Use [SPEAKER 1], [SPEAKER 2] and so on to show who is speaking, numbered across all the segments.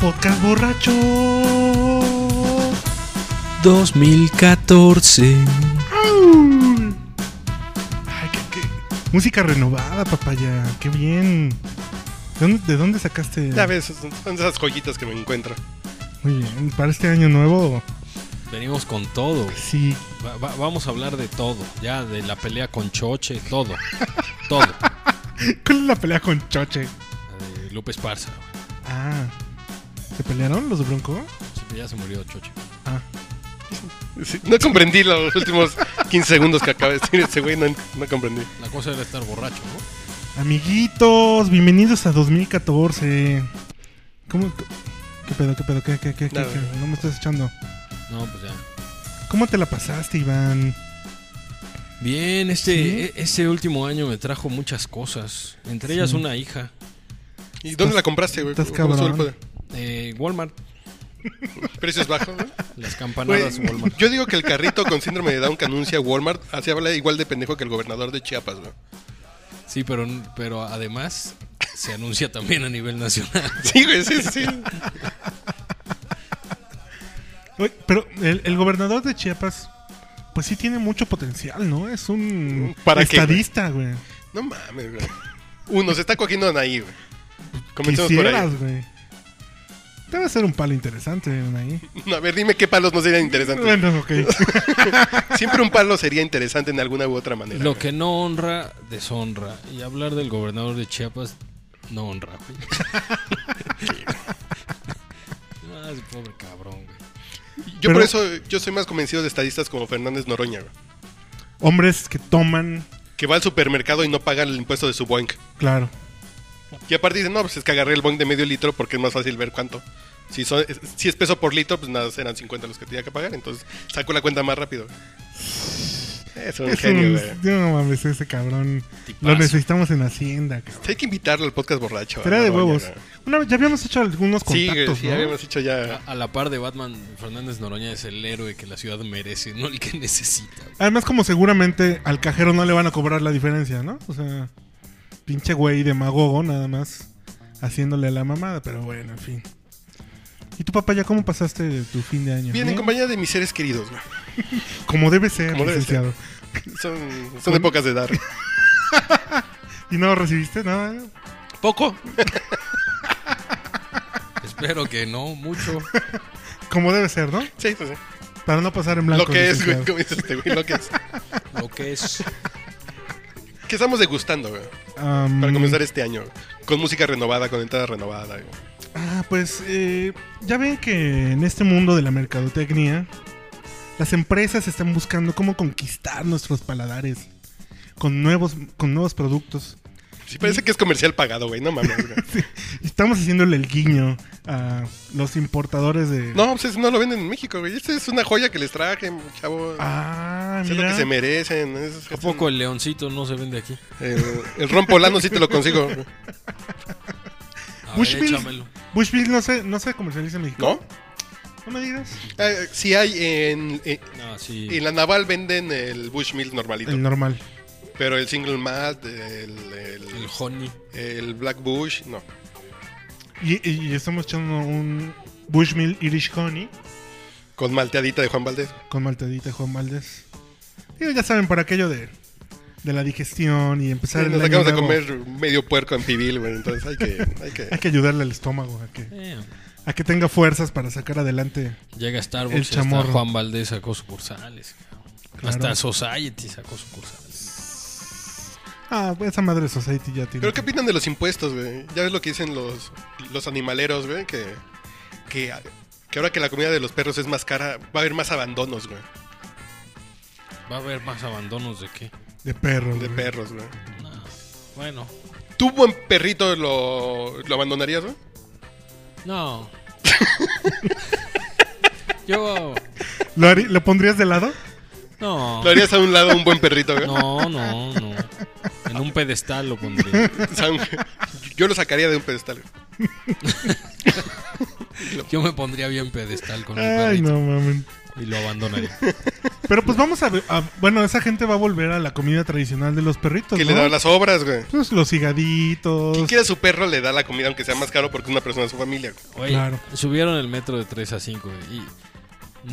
[SPEAKER 1] podcast borracho.
[SPEAKER 2] 2014.
[SPEAKER 1] Ay, qué, qué- Música renovada, papaya. Qué bien. ¿De dónde, de dónde sacaste?
[SPEAKER 3] Ya ves, son son esas joyitas que me encuentro.
[SPEAKER 1] Muy bien. Para este año nuevo,
[SPEAKER 2] Venimos con todo. güey.
[SPEAKER 1] sí.
[SPEAKER 2] Va- va- vamos a hablar de todo. Ya de la pelea con Choche, todo. todo.
[SPEAKER 1] ¿Cuál es la pelea con Choche?
[SPEAKER 2] La de Eh, Lupe Esparza. güey.
[SPEAKER 1] Ah. ¿Se pelearon los de Bronco?
[SPEAKER 2] Sí, Ya se murió Choche.
[SPEAKER 1] Ah.
[SPEAKER 3] Sí, no comprendí los últimos 15 segundos que acaba de decir ese güey, no, no comprendí.
[SPEAKER 2] La cosa era estar borracho, ¿no?
[SPEAKER 1] Amiguitos, bienvenidos a 2014. ¿Cómo? ¿Qué pedo? ¿Qué pedo? ¿Qué, qué, qué, qué,
[SPEAKER 3] Nada.
[SPEAKER 1] qué? No me estás echando.
[SPEAKER 2] No, pues ya.
[SPEAKER 1] ¿Cómo te la pasaste, Iván?
[SPEAKER 2] Bien, este,
[SPEAKER 1] ¿Sí?
[SPEAKER 2] e- este último año me trajo muchas cosas. Entre ellas
[SPEAKER 1] Sí.
[SPEAKER 2] una hija.
[SPEAKER 3] ¿Y dónde la compraste, güey?
[SPEAKER 1] estás
[SPEAKER 3] ¿Cómo estuvo el
[SPEAKER 1] cabrón.
[SPEAKER 2] Eh, Walmart.
[SPEAKER 3] pedo? Precios bajos, güey.
[SPEAKER 2] Las campanadas
[SPEAKER 3] Güey,
[SPEAKER 2] Walmart.
[SPEAKER 3] Yo digo que el carrito con síndrome de Down que anuncia Walmart así habla igual de pendejo que el gobernador de Chiapas, güey.
[SPEAKER 2] Sí, pero, pero además se anuncia también a nivel nacional.
[SPEAKER 3] Sí, güey, sí, sí.
[SPEAKER 1] Oye, Pero el, el gobernador de Chiapas, pues sí tiene mucho potencial, ¿no? Es un
[SPEAKER 3] ¿Para qué,
[SPEAKER 1] estadista, güey.
[SPEAKER 3] No mames, güey. Uno, se está cogiendo a Anaí, güey. Comencemos por ahí.
[SPEAKER 1] Quisieras, güey. Debe ser un palo interesante, ahí.
[SPEAKER 3] No, a ver, dime qué palos no serían interesantes.
[SPEAKER 1] Bueno, ok.
[SPEAKER 3] Siempre un palo sería interesante en alguna u otra manera.
[SPEAKER 2] Lo
[SPEAKER 3] güey.
[SPEAKER 2] que no honra, deshonra. Y hablar del gobernador de Chiapas no honra, güey. Ah, ese pobre cabrón, güey.
[SPEAKER 3] Yo
[SPEAKER 1] Pero-
[SPEAKER 3] por eso yo soy más convencido de estadistas como Fernández Noroña, güey.
[SPEAKER 1] Hombres que toman,
[SPEAKER 3] Que va al supermercado y no paga el impuesto de su boink.
[SPEAKER 1] claro.
[SPEAKER 3] Y aparte dicen, no, pues es que agarré el boing de medio litro porque es más fácil ver cuánto. Si, son- es- si es peso por litro, pues nada, eran 50 los que tenía que pagar. Entonces saco la cuenta más rápido. Es un
[SPEAKER 1] Es
[SPEAKER 3] genio,
[SPEAKER 1] un-
[SPEAKER 3] güey.
[SPEAKER 1] no mames, ese cabrón.
[SPEAKER 2] Tipazo.
[SPEAKER 1] Lo necesitamos en Hacienda, cabrón.
[SPEAKER 3] Hay que invitarlo al podcast borracho.
[SPEAKER 1] Será
[SPEAKER 3] a
[SPEAKER 1] de
[SPEAKER 3] Noroña,
[SPEAKER 1] huevos.
[SPEAKER 3] güey.
[SPEAKER 1] Una vez, ya habíamos hecho algunos
[SPEAKER 3] Sí, güey,
[SPEAKER 1] contactos,
[SPEAKER 3] sí,
[SPEAKER 1] ¿no? Ah,
[SPEAKER 3] habíamos dicho ya.
[SPEAKER 2] A, a la par de Batman, Fernández Noroña es el héroe que la ciudad merece, no el que necesita. güey.
[SPEAKER 1] Además, como seguramente al cajero no le van a cobrar la diferencia, ¿no? O sea, pinche güey demagogo nada más haciéndole la mamada, pero bueno, en fin. ¿Y tu papá ya cómo pasaste tu fin de año?
[SPEAKER 3] Bien, en
[SPEAKER 1] ¿Bien?
[SPEAKER 3] compañía de mis seres queridos, güey.
[SPEAKER 1] Como debe ser,
[SPEAKER 3] Como debe
[SPEAKER 1] licenciado.
[SPEAKER 3] Son, son épocas de dar.
[SPEAKER 1] ¿Y no recibiste nada?
[SPEAKER 3] Poco.
[SPEAKER 2] Espero que no mucho.
[SPEAKER 1] Como debe ser, ¿no?
[SPEAKER 3] Sí, sí, sí.
[SPEAKER 1] Para no pasar en blanco.
[SPEAKER 3] Lo que es, güey,
[SPEAKER 1] licenciado.
[SPEAKER 3] como dice este güey, lo que es.
[SPEAKER 2] Lo que es.
[SPEAKER 3] Que estamos degustando, güey.
[SPEAKER 1] Am,
[SPEAKER 3] Para comenzar este año. Con música renovada, con entrada renovada, güey.
[SPEAKER 1] Ah, pues eh, ya ven que en este mundo de la mercadotecnia, las empresas están buscando cómo conquistar nuestros paladares con nuevos, con nuevos productos.
[SPEAKER 3] Sí, parece que es comercial pagado, güey. No mames, güey.
[SPEAKER 1] Estamos haciéndole el guiño a los importadores de...
[SPEAKER 3] No, pues eso no lo venden en México, güey. Esta es una joya que les traje, chavo.
[SPEAKER 1] Ah,
[SPEAKER 3] es lo
[SPEAKER 1] mira.
[SPEAKER 3] que se merecen. Es, es
[SPEAKER 2] ¿A
[SPEAKER 3] un-
[SPEAKER 2] poco el leoncito no se vende aquí?
[SPEAKER 3] El, el ron polano sí te lo consigo. güey.
[SPEAKER 2] A ver,
[SPEAKER 1] Bushmills.
[SPEAKER 2] échamelo.
[SPEAKER 1] Bushville no se, no se comercializa en México.
[SPEAKER 3] ¿No?
[SPEAKER 1] No me digas.
[SPEAKER 3] Eh, sí hay en, en,
[SPEAKER 2] Ah, sí.
[SPEAKER 3] en la naval venden el Bushmill normalito.
[SPEAKER 1] El normal.
[SPEAKER 3] Pero el single malt, el, el,
[SPEAKER 2] El honey.
[SPEAKER 3] el Black Bush, no.
[SPEAKER 1] Y, y- y estamos echando un Bushmill Irish Honey
[SPEAKER 3] Con malteadita de Juan Valdés.
[SPEAKER 1] con maltadita Juan Valdés. Digo, ya saben, para aquello de, de la digestión y empezar
[SPEAKER 3] Sí,
[SPEAKER 1] el
[SPEAKER 3] nos
[SPEAKER 1] año
[SPEAKER 3] acabamos de
[SPEAKER 1] nuevo.
[SPEAKER 3] comer medio puerco en pibil, güey. Entonces hay que. Hay
[SPEAKER 1] Hay
[SPEAKER 3] que...
[SPEAKER 1] que ayudarle al estómago a que,
[SPEAKER 2] Eh,
[SPEAKER 1] a que tenga fuerzas para sacar adelante.
[SPEAKER 2] Llega Starbucks,
[SPEAKER 1] El
[SPEAKER 2] y hasta
[SPEAKER 1] chamorro.
[SPEAKER 2] Juan Valdés sacó sucursales. cabrón.
[SPEAKER 1] Claro.
[SPEAKER 2] Hasta Society sacó sucursales.
[SPEAKER 1] Ah, esa madre de Society ya tiene.
[SPEAKER 3] Pero ¿qué opinan de los impuestos, güey? Ya ves lo que dicen los, los animaleros, güey, que, que, que ahora que la comida de los perros es más cara, va a haber más abandonos, güey.
[SPEAKER 2] ¿Va a haber más abandonos de qué?
[SPEAKER 1] De perro.
[SPEAKER 3] De
[SPEAKER 1] güey.
[SPEAKER 3] perros, güey.
[SPEAKER 2] No. Bueno,
[SPEAKER 3] ¿Tú, buen perrito, lo, lo abandonarías, güey?
[SPEAKER 2] no. Yo.
[SPEAKER 1] ¿Lo, harí- lo pondrías de lado?
[SPEAKER 2] No.
[SPEAKER 3] ¿Lo harías a un lado a un buen perrito, güey?
[SPEAKER 2] No, no, no. En un pedestal lo pondría.
[SPEAKER 3] O sea, un- yo lo sacaría de un pedestal, güey.
[SPEAKER 2] Yo me pondría bien pedestal con el
[SPEAKER 1] Ay,
[SPEAKER 2] perrito
[SPEAKER 1] no mames.
[SPEAKER 2] y lo abandonaría.
[SPEAKER 1] Pero pues vamos a, ver- a- Bueno, esa gente va a volver a la comida tradicional de los perritos.
[SPEAKER 3] Que
[SPEAKER 1] Pues ¿no?
[SPEAKER 3] le daban las obras, güey.
[SPEAKER 1] Pues los higaditos.
[SPEAKER 3] Quien quiera su perro le da la comida, aunque sea más caro, porque es una persona de su familia. güey.
[SPEAKER 2] Güey,
[SPEAKER 1] Claro.
[SPEAKER 2] subieron el metro de 3 a 5 güey, y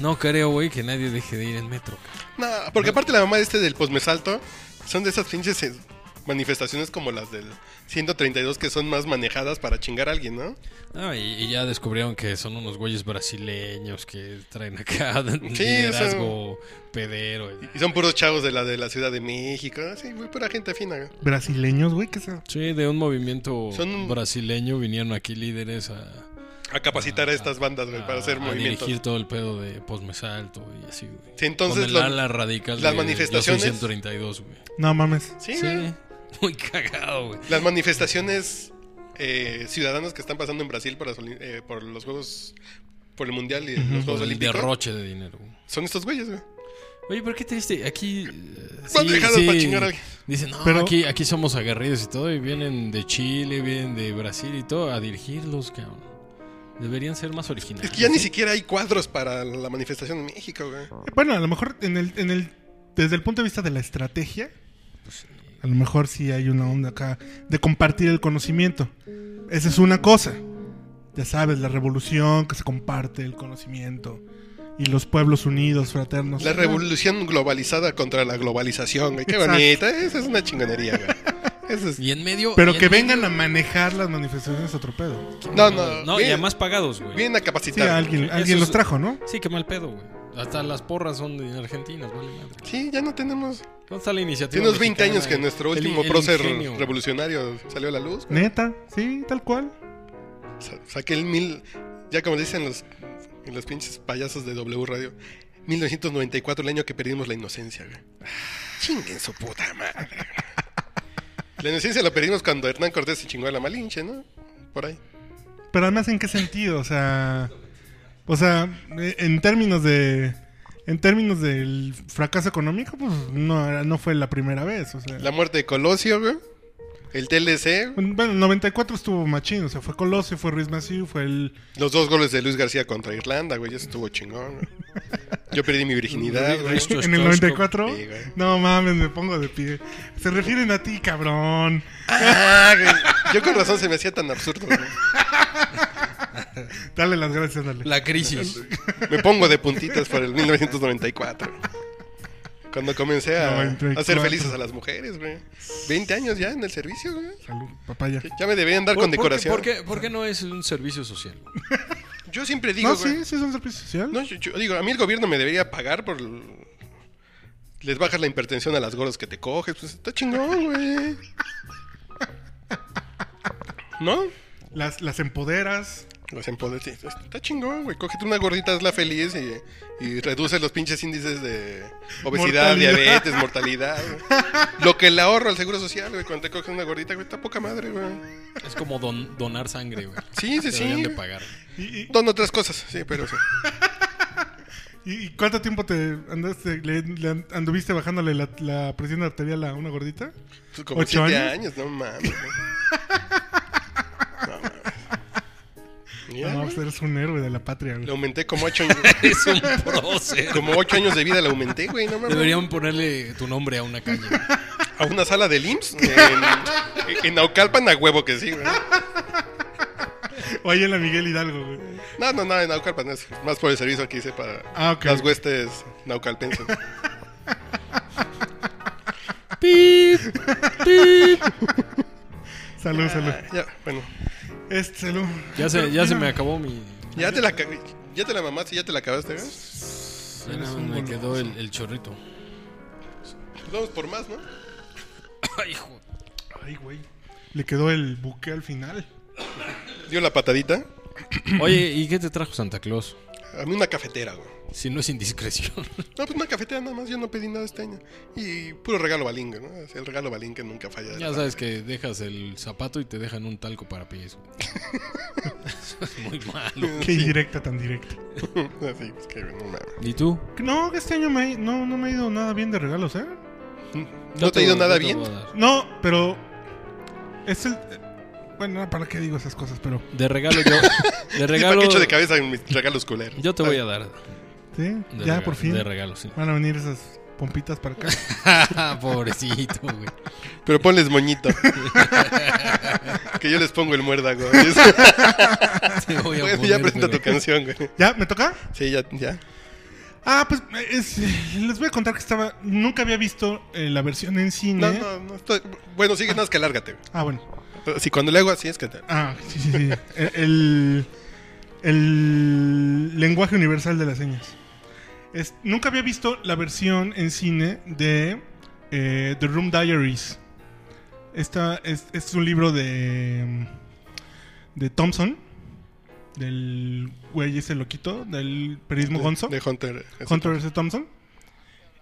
[SPEAKER 2] no creo, güey, que nadie deje de ir en metro. cabrón.
[SPEAKER 3] No, porque aparte la mamá de este del posmesalto son de esas pinches eh, manifestaciones como las del 132 que son más manejadas para chingar a alguien, ¿no?
[SPEAKER 2] No, y, y ya descubrieron que son unos güeyes brasileños que traen acá
[SPEAKER 3] o sea-
[SPEAKER 2] liderazgo pedero. y-
[SPEAKER 3] Y son puros chavos de la de la Ciudad de México. Ah, Sí, muy pura gente fina. güey.
[SPEAKER 1] Brasileños, güey, que se...
[SPEAKER 2] Sí, de un movimiento
[SPEAKER 3] Son-
[SPEAKER 2] brasileño vinieron aquí líderes a,
[SPEAKER 3] A capacitar a estas bandas, güey, para
[SPEAKER 2] a-
[SPEAKER 3] hacer
[SPEAKER 2] a
[SPEAKER 3] movimientos.
[SPEAKER 2] Ah, dirigir todo el pedo de posmesalto y así, güey.
[SPEAKER 3] Sí, entonces
[SPEAKER 2] Con el
[SPEAKER 3] lo-
[SPEAKER 2] ala radical
[SPEAKER 3] las
[SPEAKER 2] de, yo soy
[SPEAKER 3] manifestaciones-
[SPEAKER 2] 132, güey.
[SPEAKER 1] No mames.
[SPEAKER 3] Sí, güey.
[SPEAKER 2] Sí, muy cagado, güey.
[SPEAKER 3] Las manifestaciones eh, ciudadanas que están pasando en Brasil por, las oli- eh, por los Juegos, por el Mundial y los Juegos
[SPEAKER 2] El
[SPEAKER 3] Olímpicos
[SPEAKER 2] derroche de dinero, güey.
[SPEAKER 3] son estos güeyes, güey.
[SPEAKER 2] Oye, pero qué triste. Aquí. eh,
[SPEAKER 3] Van dejadas para chingar a alguien.
[SPEAKER 2] Dicen, no,
[SPEAKER 1] Pero-
[SPEAKER 2] aquí, aquí somos aguerridos y todo. Y vienen de Chile, vienen de Brasil y todo a dirigirlos, cabrón. Deberían ser más originales.
[SPEAKER 3] Es que ya ni siquiera hay cuadros para la manifestación en México, güey.
[SPEAKER 1] Bueno, a lo mejor en el, en el, desde el punto de vista de la estrategia, pues, a lo mejor sí hay una onda acá de compartir el conocimiento. Esa es una cosa. Ya sabes, la revolución, que se comparte el conocimiento. Y los pueblos unidos, fraternos.
[SPEAKER 3] La revolución globalizada contra la globalización, güey. Qué
[SPEAKER 1] Exacto.
[SPEAKER 3] bonita. Esa es una chingonería, güey. Eso es-
[SPEAKER 2] Y en medio.
[SPEAKER 1] Pero
[SPEAKER 2] y en
[SPEAKER 1] que
[SPEAKER 2] medio-
[SPEAKER 1] vengan a manejar las manifestaciones es otro pedo.
[SPEAKER 3] No, no.
[SPEAKER 2] No, y
[SPEAKER 3] vienen-
[SPEAKER 2] además pagados, güey.
[SPEAKER 3] Vienen a
[SPEAKER 1] Sí,
[SPEAKER 3] capacitar.
[SPEAKER 1] alguien, alguien
[SPEAKER 2] es-
[SPEAKER 1] los trajo, ¿no?
[SPEAKER 2] Sí, qué mal pedo, güey. Hasta las porras son de argentinas, vale madre.
[SPEAKER 3] Sí, ya no tenemos.
[SPEAKER 2] ¿Dónde está la iniciativa?
[SPEAKER 3] Tiene unos 20
[SPEAKER 2] mexicana,
[SPEAKER 3] años que
[SPEAKER 2] güey?
[SPEAKER 3] nuestro
[SPEAKER 2] El-
[SPEAKER 3] último
[SPEAKER 2] el
[SPEAKER 3] prócer
[SPEAKER 2] ingenio.
[SPEAKER 3] revolucionario salió a la luz.
[SPEAKER 1] Neta, sí, tal cual.
[SPEAKER 3] Sa- Saqué el mil. Ya como dicen los, en los pinches payasos de W Radio. 1994, el año que perdimos la inocencia, güey. Ah, Chinguen su puta madre. La inocencia la perdimos cuando Hernán Cortés se chingó a la Malinche, ¿no? Por ahí.
[SPEAKER 1] Pero además, ¿en qué sentido? O sea, o sea, eh, en términos de, en términos del fracaso económico, pues no, era- no fue la primera vez. O sea,
[SPEAKER 3] La muerte de Colosio, güey. El TLC, güey.
[SPEAKER 1] bueno, 94 estuvo machín, o sea, fue Colosio, fue Ruiz Maciú, fue el,
[SPEAKER 3] los dos goles de Luis García contra Irlanda, güey. Eso estuvo chingón, güey. Yo perdí mi virginidad, güey.
[SPEAKER 2] Esto es
[SPEAKER 1] en el
[SPEAKER 2] tosco.
[SPEAKER 1] 94.
[SPEAKER 3] Sí, güey.
[SPEAKER 1] No mames, me pongo de pie. Se refieren a ti, cabrón.
[SPEAKER 3] Ah, güey. Yo con razón se me hacía tan absurdo, güey.
[SPEAKER 1] Dale las gracias, dale.
[SPEAKER 2] La crisis.
[SPEAKER 3] Me pongo de puntitas por el 1994. Cuando comencé a,
[SPEAKER 1] 94.
[SPEAKER 3] a hacer felices a las mujeres, güey. 20 años ya en el servicio, güey.
[SPEAKER 1] Salud, papaya.
[SPEAKER 3] Ya me deberían dar
[SPEAKER 2] ¿Por- por qué-
[SPEAKER 3] condecoración.
[SPEAKER 2] ¿Por qué, por qué no es un servicio social?
[SPEAKER 3] Yo siempre digo,
[SPEAKER 1] No,
[SPEAKER 3] güey,
[SPEAKER 1] sí, sí es un servicio social.
[SPEAKER 3] no, yo, yo digo, a mí el gobierno me debería pagar por... el- Les bajas la hipertensión a las gordas que te coges, pues está chingón, güey. ¿No?
[SPEAKER 1] Las, las empoderas.
[SPEAKER 3] Los empoder- sí, Está chingón, güey. Cógete una gordita, hazla feliz y, y reduce los pinches índices de obesidad,
[SPEAKER 1] Mortalidad.
[SPEAKER 3] diabetes, mortalidad. güey. Lo que le ahorro al seguro social, güey. Cuando te coges una gordita, güey, está poca madre, güey.
[SPEAKER 2] Es como don- donar sangre, güey.
[SPEAKER 3] Sí, sí,
[SPEAKER 2] Deberían
[SPEAKER 3] sí.
[SPEAKER 2] de pagar.
[SPEAKER 1] Y, y-
[SPEAKER 3] Don otras cosas, sí, pero sí.
[SPEAKER 1] ¿Y y cuánto tiempo te andaste, le, le anduviste bajándole la, la presión arterial a una gordita?
[SPEAKER 3] Pues, Como
[SPEAKER 1] ¿Ocho
[SPEAKER 3] siete
[SPEAKER 1] años?
[SPEAKER 3] años, no mames. güey. No mames. Ya,
[SPEAKER 1] no,
[SPEAKER 3] güey.
[SPEAKER 1] pues eres un héroe de la patria, güey.
[SPEAKER 3] Le aumenté como ocho,
[SPEAKER 2] Es un prócer.
[SPEAKER 3] como ocho años de vida, le aumenté, güey, no mames.
[SPEAKER 2] Deberían ponerle tu nombre a una calle.
[SPEAKER 3] A una sala del IMSS. En, en Naucalpan, a huevo que sí, güey.
[SPEAKER 1] O ahí en la Miguel Hidalgo, güey.
[SPEAKER 3] No, no, no, en Naucalpan es más por el servicio que hice para
[SPEAKER 1] Ah, ok.
[SPEAKER 3] las huestes naucalpenses.
[SPEAKER 2] Pip, pip.
[SPEAKER 1] Salud, salud.
[SPEAKER 3] ya, bueno,
[SPEAKER 1] Este, salud.
[SPEAKER 2] Ya se, ya se me acabó mi.
[SPEAKER 3] ya te la ca- ya te la mamaste, ya te la acabaste, ¿eh?
[SPEAKER 2] Ya nada más me quedó el, el chorrito.
[SPEAKER 3] Pues vamos por más, ¿no?
[SPEAKER 2] Ay, hijo.
[SPEAKER 1] Ay, güey. Le quedó el buque al final.
[SPEAKER 3] Dio la patadita.
[SPEAKER 2] Oye, ¿y qué te trajo Santa Claus?
[SPEAKER 3] A mí una cafetera, güey.
[SPEAKER 2] Si no es indiscreción.
[SPEAKER 3] No, pues una cafetera nada más, yo no pedí nada este año. Y puro regalo balingo, ¿no? Es el regalo balín que nunca falla.
[SPEAKER 2] Ya sabes que dejas el zapato y te dejan un talco para pies. güey. Eso es muy malo.
[SPEAKER 1] Qué indirecta tan directa.
[SPEAKER 3] Así, pues que no mames.
[SPEAKER 2] ¿Y tú?
[SPEAKER 1] No, este año me, ha- no, no me ha ido nada bien de regalos, ¿eh?
[SPEAKER 3] ¿No te ha ido
[SPEAKER 2] voy-
[SPEAKER 3] nada
[SPEAKER 2] no te
[SPEAKER 3] bien?
[SPEAKER 2] voy a dar.
[SPEAKER 1] No, pero... Es el... Bueno, ¿para qué digo esas cosas? Pero...
[SPEAKER 2] De regalo yo. De
[SPEAKER 3] Regalo...
[SPEAKER 2] regalo.
[SPEAKER 3] hecho de cabeza en mis regalos culeros.
[SPEAKER 2] Yo te voy a dar.
[SPEAKER 1] ¿Sí?
[SPEAKER 2] De
[SPEAKER 1] Ya,
[SPEAKER 2] regalo-
[SPEAKER 1] por fin.
[SPEAKER 2] De regalo, sí.
[SPEAKER 1] Van a venir esas pompitas para acá.
[SPEAKER 2] Pobrecito, güey.
[SPEAKER 3] Pero ponles moñito. que yo les pongo el muérdago.
[SPEAKER 2] Te voy a
[SPEAKER 3] Bueno,
[SPEAKER 2] poner,
[SPEAKER 3] ya presenta
[SPEAKER 2] pero-
[SPEAKER 3] tu canción, güey.
[SPEAKER 1] ¿Ya? ¿Me toca?
[SPEAKER 3] Sí, ya, ya.
[SPEAKER 1] Ah, pues es- les voy a contar que estaba. Nunca había visto eh, la versión en cine.
[SPEAKER 3] No, no, no. estoy- Bueno, sigue, nada más que alárgate. güey.
[SPEAKER 1] Ah, bueno.
[SPEAKER 3] Si cuando le hago así es que... te-
[SPEAKER 1] Ah, sí, sí, sí. El, el lenguaje universal de las señas. Es- nunca había visto la versión en cine de eh, The Room Diaries. Esta es, este es un libro de, de Thompson, del güey ese loquito, del periodismo gonzo.
[SPEAKER 3] De Hunter.
[SPEAKER 1] Hunter S. Thompson.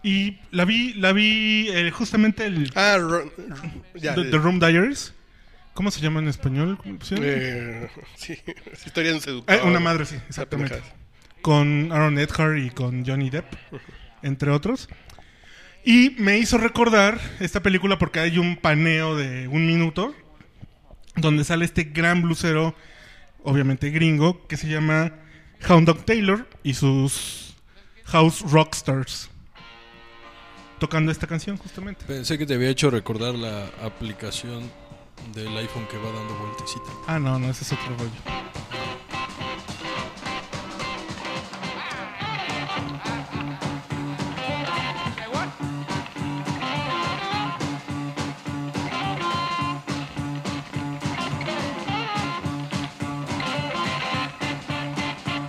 [SPEAKER 1] Y la vi, la vi eh, justamente el
[SPEAKER 3] Ah, Ron- Ron- ya. eh,
[SPEAKER 1] The, The Room Diaries. ¿Cómo se llama en español? ¿Cómo se llama?
[SPEAKER 3] eh, ah, sí, es historia de un seductor.
[SPEAKER 1] Eh, una madre, sí, exactamente. Con Aaron Edgar y con Johnny Depp, entre otros. Y me hizo recordar esta película porque hay un paneo de un minuto donde sale este gran blusero, obviamente gringo, que se llama Hound Dog Taylor y sus House Rockstars. Tocando esta canción, justamente.
[SPEAKER 2] Pensé que te había hecho recordar la aplicación del iPhone que va dando vueltecita.
[SPEAKER 1] Ah, no, no, ese es otro rollo.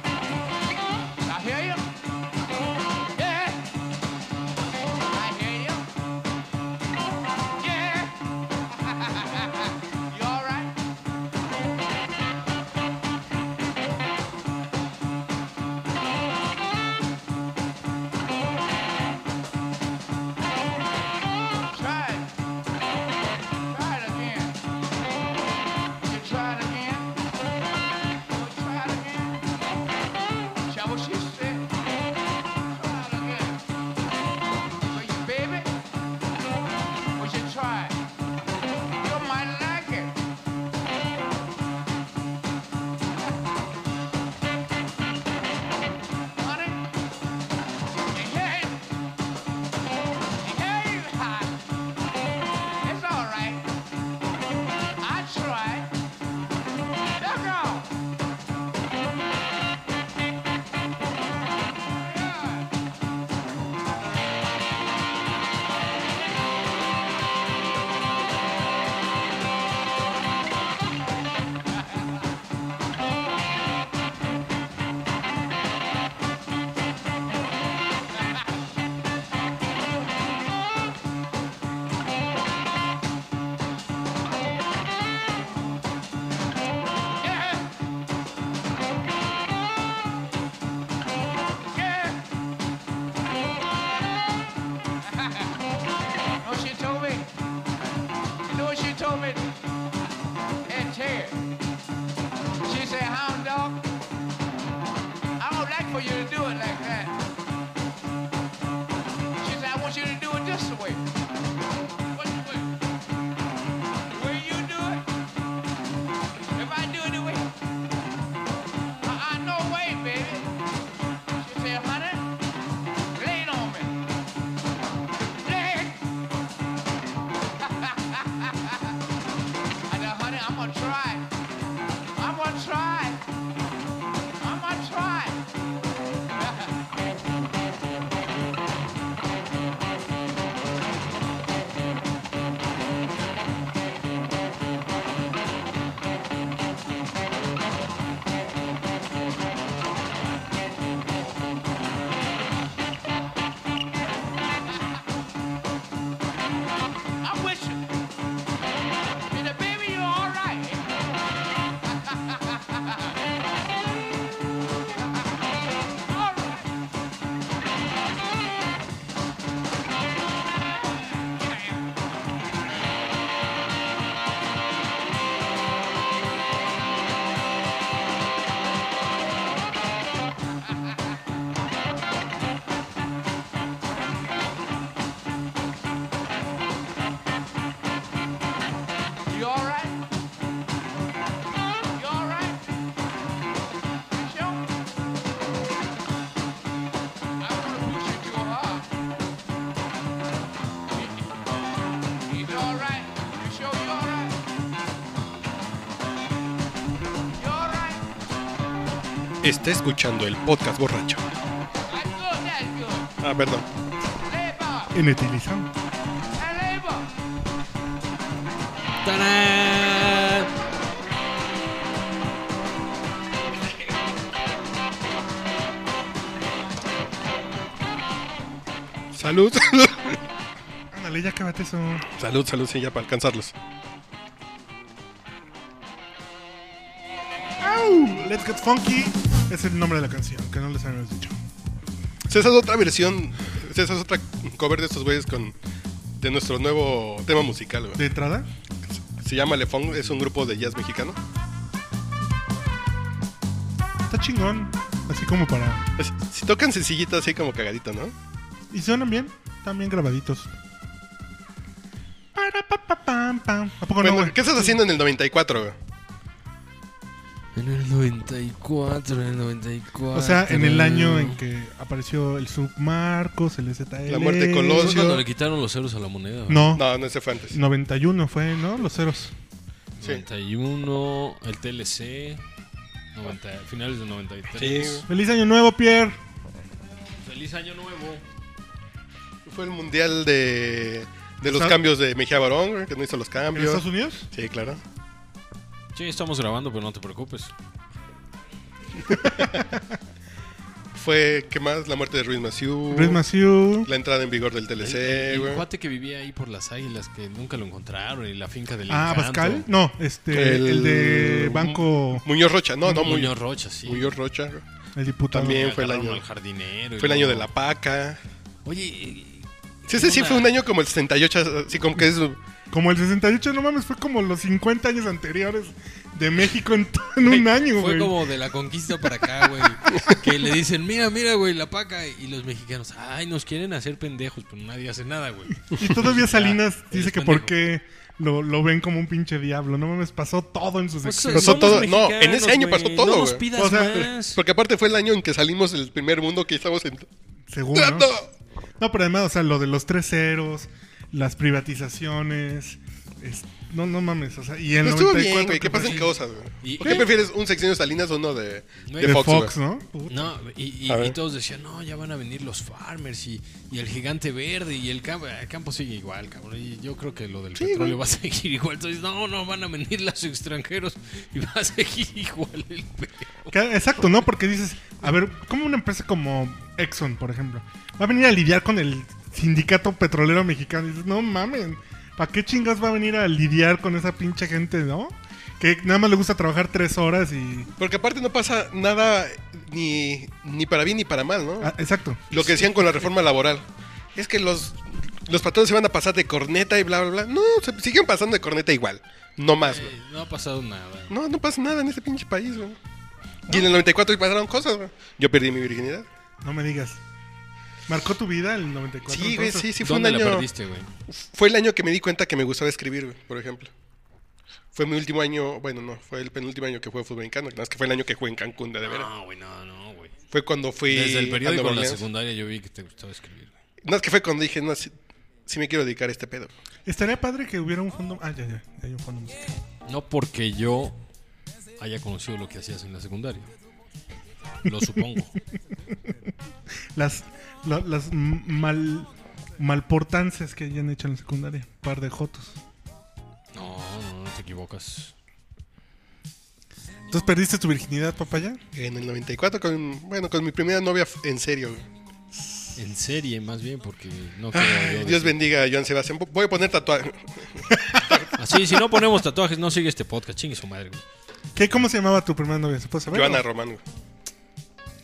[SPEAKER 4] I hear you. Yeah. I hear you. Yeah. you all right? Uh-uh,
[SPEAKER 3] Está escuchando el podcast borracho.
[SPEAKER 4] That's good, that's good.
[SPEAKER 3] Ah, perdón.
[SPEAKER 4] Labor,
[SPEAKER 1] En Etilizán.
[SPEAKER 4] and labor.
[SPEAKER 2] ¡Tarán!
[SPEAKER 3] Salud.
[SPEAKER 1] Ándale, ya cábate eso.
[SPEAKER 3] salud, salud, sí, ya para alcanzarlos.
[SPEAKER 1] Let's Get Funky es el nombre de la canción, que no les habíamos dicho.
[SPEAKER 3] O sea, esa es otra versión, o sea, esa es otra cover de estos güeyes con de nuestro nuevo tema musical, güey.
[SPEAKER 1] ¿De entrada?
[SPEAKER 3] Se llama Lefón, es un grupo de jazz mexicano.
[SPEAKER 1] Está chingón. Así como para...
[SPEAKER 3] Es- si tocan sencillita así como cagadita, ¿no?
[SPEAKER 1] Y suenan bien, están bien grabaditos. Para, pa, pa, pam, pam. ¿A poco no,
[SPEAKER 3] Bueno,
[SPEAKER 1] güey?
[SPEAKER 3] ¿qué estás haciendo en el 94, güey?
[SPEAKER 2] En el 94, en el 94.
[SPEAKER 1] O sea, en el año en que apareció el Submarcos, el ZL...
[SPEAKER 3] La muerte de
[SPEAKER 2] Eso
[SPEAKER 3] Colosio.
[SPEAKER 2] es cuando le quitaron los ceros a la moneda. ¿verdad?
[SPEAKER 1] No,
[SPEAKER 3] No, no, ese fue antes.
[SPEAKER 1] 91 fue, ¿no? Los ceros.
[SPEAKER 3] Sí.
[SPEAKER 2] 91, el TLC, 90, finales del 93.
[SPEAKER 3] Sí.
[SPEAKER 1] ¡Feliz Año Nuevo, Pierre!
[SPEAKER 2] ¡Feliz año nuevo!
[SPEAKER 3] Fue el mundial de, de los
[SPEAKER 1] ¿Sabes?
[SPEAKER 3] cambios de Mejía Barón, güey, que no hizo los
[SPEAKER 1] ¿En
[SPEAKER 3] cambios.
[SPEAKER 1] Estados Unidos?
[SPEAKER 3] Sí, claro.
[SPEAKER 2] Sí, estamos grabando, pero no te preocupes.
[SPEAKER 3] Fue, ¿qué más? La muerte de Ruiz Maciú.
[SPEAKER 1] Luis Maciú.
[SPEAKER 3] La entrada en vigor del TLC,
[SPEAKER 2] el
[SPEAKER 3] güey.
[SPEAKER 2] cuate que vivía ahí por las águilas, que nunca lo encontraron, y la finca del
[SPEAKER 1] Ah,
[SPEAKER 2] encanto.
[SPEAKER 1] Pascal. No, este, el,
[SPEAKER 3] El-
[SPEAKER 1] de Banco,
[SPEAKER 3] Muñoz Rocha, no, no,
[SPEAKER 2] No,
[SPEAKER 3] Muñoz,
[SPEAKER 2] Muñoz Rocha, sí.
[SPEAKER 3] Muñoz Rocha. güey.
[SPEAKER 1] el diputado.
[SPEAKER 3] También. fue el
[SPEAKER 2] Agarraron
[SPEAKER 3] año-
[SPEAKER 2] al jardinero. y
[SPEAKER 3] Fue el año
[SPEAKER 2] luego-
[SPEAKER 3] de la paca.
[SPEAKER 2] Oye,
[SPEAKER 3] Sí, ese sí
[SPEAKER 2] Una-
[SPEAKER 3] fue un año como el 68, así como que es...
[SPEAKER 1] Como el 68, no mames, fue como los 50 años anteriores de México en, to- en un año,
[SPEAKER 2] Fue
[SPEAKER 1] güey.
[SPEAKER 2] como de la conquista para acá, güey. que le dicen, mira, mira, güey, la paca. Y los mexicanos, ay, nos quieren hacer pendejos, pero nadie hace nada, güey.
[SPEAKER 1] Y todavía Salinas
[SPEAKER 2] Ya,
[SPEAKER 1] dice
[SPEAKER 2] eres
[SPEAKER 1] que
[SPEAKER 2] pendejo.
[SPEAKER 1] por qué lo, lo ven como un pinche diablo. No mames, pasó todo en su
[SPEAKER 2] Pues
[SPEAKER 1] sección.
[SPEAKER 3] Pasó somos todo- no, en ese año pasó todo,
[SPEAKER 2] No nos
[SPEAKER 3] güey.
[SPEAKER 2] pidas
[SPEAKER 1] O sea,
[SPEAKER 2] más.
[SPEAKER 3] Porque aparte fue el año en que salimos del primer mundo que estamos en...
[SPEAKER 1] Según, ¿no? No, pero además, o sea, lo de los tres ceros, las privatizaciones. es- no, no mames, o sea, y en
[SPEAKER 3] Pero estuvo
[SPEAKER 1] 94...
[SPEAKER 3] bien, güey, que
[SPEAKER 1] que fue
[SPEAKER 3] pasen
[SPEAKER 1] así,
[SPEAKER 3] cosas, güey.
[SPEAKER 2] Y-
[SPEAKER 3] ¿Por qué prefieres un sexenio Salinas o uno de,
[SPEAKER 2] No,
[SPEAKER 3] de
[SPEAKER 1] De Fox,
[SPEAKER 3] Fox, güey?
[SPEAKER 1] ¿no? Puta.
[SPEAKER 2] No, y, y-
[SPEAKER 3] A ver.
[SPEAKER 2] y todos decían, no, ya van a venir los farmers y, y el gigante verde y el campo. El campo sigue igual, cabrón. Y yo creo que lo del petróleo va a seguir igual. Entonces, no, no, van a venir los extranjeros y va a seguir igual el pedo.
[SPEAKER 1] Que- Exacto, ¿no? Porque dices, a ver, ¿cómo una empresa como Exxon, por ejemplo, va a venir a lidiar con el sindicato petrolero mexicano? Y dices, no mamen, ¿para qué chingas va a venir a lidiar con esa pinche gente, no? Que nada más le gusta trabajar tres horas y...
[SPEAKER 3] Porque aparte no pasa nada ni, ni para bien ni para mal, ¿no?
[SPEAKER 1] Ah, exacto.
[SPEAKER 3] Lo que decían con la reforma laboral. Es que los, los patrones se van a pasar de corneta y bla, bla, bla. No, se siguen pasando de corneta igual. No más, güey.
[SPEAKER 2] Eh, No ha pasado nada.
[SPEAKER 3] No, no pasa nada en este pinche país, güey. Y en el 94 pasaron cosas, güey. Yo perdí mi virginidad.
[SPEAKER 1] No me digas. ¿Marcó tu vida el 94?
[SPEAKER 3] Sí, güey,
[SPEAKER 1] entonces?
[SPEAKER 3] sí, sí, fue un
[SPEAKER 2] ¿Dónde la
[SPEAKER 3] año.
[SPEAKER 2] perdiste, güey?
[SPEAKER 3] Fue el año que me di cuenta que me gustaba escribir, güey, por ejemplo. Fue mi último año, bueno, no, fue el penúltimo año que jugué fútbol en Cano, nada más que fue el año que jugué en Cancún, de, de veras.
[SPEAKER 2] No, güey, no, no, güey.
[SPEAKER 3] Fue cuando fui.
[SPEAKER 2] Ah. Desde el periódico
[SPEAKER 3] a Nueva
[SPEAKER 2] en la
[SPEAKER 3] Orleans.
[SPEAKER 2] secundaria yo vi que te gustaba escribir, güey.
[SPEAKER 3] No, es que fue cuando dije, no, sí, sí me quiero dedicar a este pedo.
[SPEAKER 1] Estaría padre que hubiera un fondo... Ah, ya, ya, ya hay un fondo musical.
[SPEAKER 2] No porque yo haya conocido lo que hacías en la secundaria. Lo supongo.
[SPEAKER 1] Las, la- las m- mal, malportanzas que hayan hecho en la secundaria. Par de jotos.
[SPEAKER 2] No, no, no te equivocas.
[SPEAKER 1] Entonces, ¿perdiste tu virginidad, papaya?
[SPEAKER 3] En el 94, con, bueno, con mi primera novia f- en serio. güey.
[SPEAKER 2] En serie, más bien, porque no quiero yo
[SPEAKER 3] Ay,
[SPEAKER 2] decir-
[SPEAKER 3] Dios bendiga a Joan Sebastián. Vo- Voy a poner tatuaje.
[SPEAKER 2] Así, Ah, si no ponemos tatuajes, no sigue este podcast. Chingue su madre, güey.
[SPEAKER 1] ¿Qué, ¿Cómo se llamaba tu primera novia? ¿Se puede saber?
[SPEAKER 3] Joana Román, güey.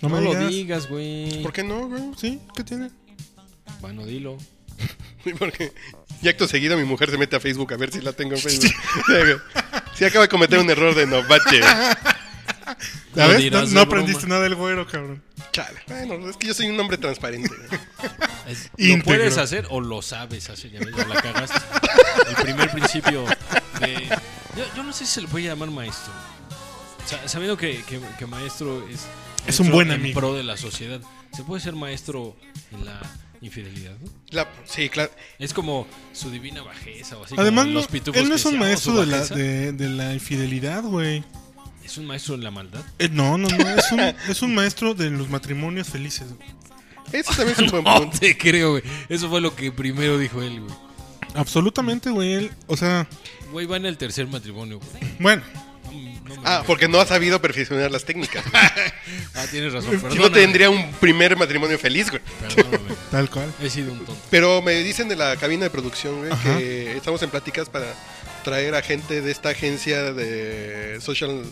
[SPEAKER 1] No
[SPEAKER 2] No,
[SPEAKER 1] me
[SPEAKER 2] lo
[SPEAKER 1] digas.
[SPEAKER 2] digas, güey.
[SPEAKER 3] ¿Por qué no, güey?
[SPEAKER 1] ¿Sí? ¿Qué tiene?
[SPEAKER 2] Bueno, dilo.
[SPEAKER 3] Porque y acto seguido mi mujer se mete a Facebook a ver si la tengo en Facebook. Si acaba de cometer un error de no, bache.
[SPEAKER 1] ¿Ya
[SPEAKER 2] Lo
[SPEAKER 1] ves?
[SPEAKER 2] dirás
[SPEAKER 1] No,
[SPEAKER 2] de
[SPEAKER 1] no
[SPEAKER 2] broma.
[SPEAKER 1] aprendiste nada del güero, cabrón.
[SPEAKER 3] Chale. Bueno, es que yo soy un hombre transparente. güey.
[SPEAKER 2] Es-
[SPEAKER 1] Íntegro.
[SPEAKER 2] ¿Lo puedes hacer o lo sabes hacer? Ya ves, ya la cagaste. El primer principio de... Yo, yo no sé si se le puede llamar maestro. Sa- sabiendo que, que- que maestro es...
[SPEAKER 1] Es un
[SPEAKER 2] maestro
[SPEAKER 1] buen
[SPEAKER 2] en
[SPEAKER 1] amigo.
[SPEAKER 2] pro de la sociedad. ¿Se puede ser maestro en la infidelidad? no?
[SPEAKER 3] La- sí, claro.
[SPEAKER 2] Es como su divina bajeza o así.
[SPEAKER 1] Además,
[SPEAKER 2] como
[SPEAKER 1] no-
[SPEAKER 2] los pitufos
[SPEAKER 1] él no
[SPEAKER 2] que
[SPEAKER 1] es un
[SPEAKER 2] decían, oh, su
[SPEAKER 1] maestro de la,
[SPEAKER 2] bajeza.
[SPEAKER 1] de, de la infidelidad, güey.
[SPEAKER 2] ¿Es un maestro de la maldad?
[SPEAKER 1] Eh, no, no, no. Es un, es un maestro de los matrimonios felices. güey.
[SPEAKER 3] Eso también es un buen
[SPEAKER 2] No
[SPEAKER 3] punto.
[SPEAKER 2] te creo, güey. Eso fue lo que primero dijo él, güey.
[SPEAKER 1] Absolutamente, güey. él- o sea,
[SPEAKER 2] Güey, va en el tercer matrimonio, güey.
[SPEAKER 1] bueno.
[SPEAKER 2] No me-
[SPEAKER 3] Ah, porque no ha sabido perfeccionar las técnicas.
[SPEAKER 2] ah, tienes razón.
[SPEAKER 3] Si
[SPEAKER 2] Perdóname,
[SPEAKER 3] no tendría un primer matrimonio feliz, güey.
[SPEAKER 2] Perdóname.
[SPEAKER 1] Tal cual.
[SPEAKER 2] He sido un tonto.
[SPEAKER 3] Pero me dicen de la cabina de producción, güey,
[SPEAKER 1] Ajá.
[SPEAKER 3] que estamos en pláticas para traer a gente de esta agencia de social,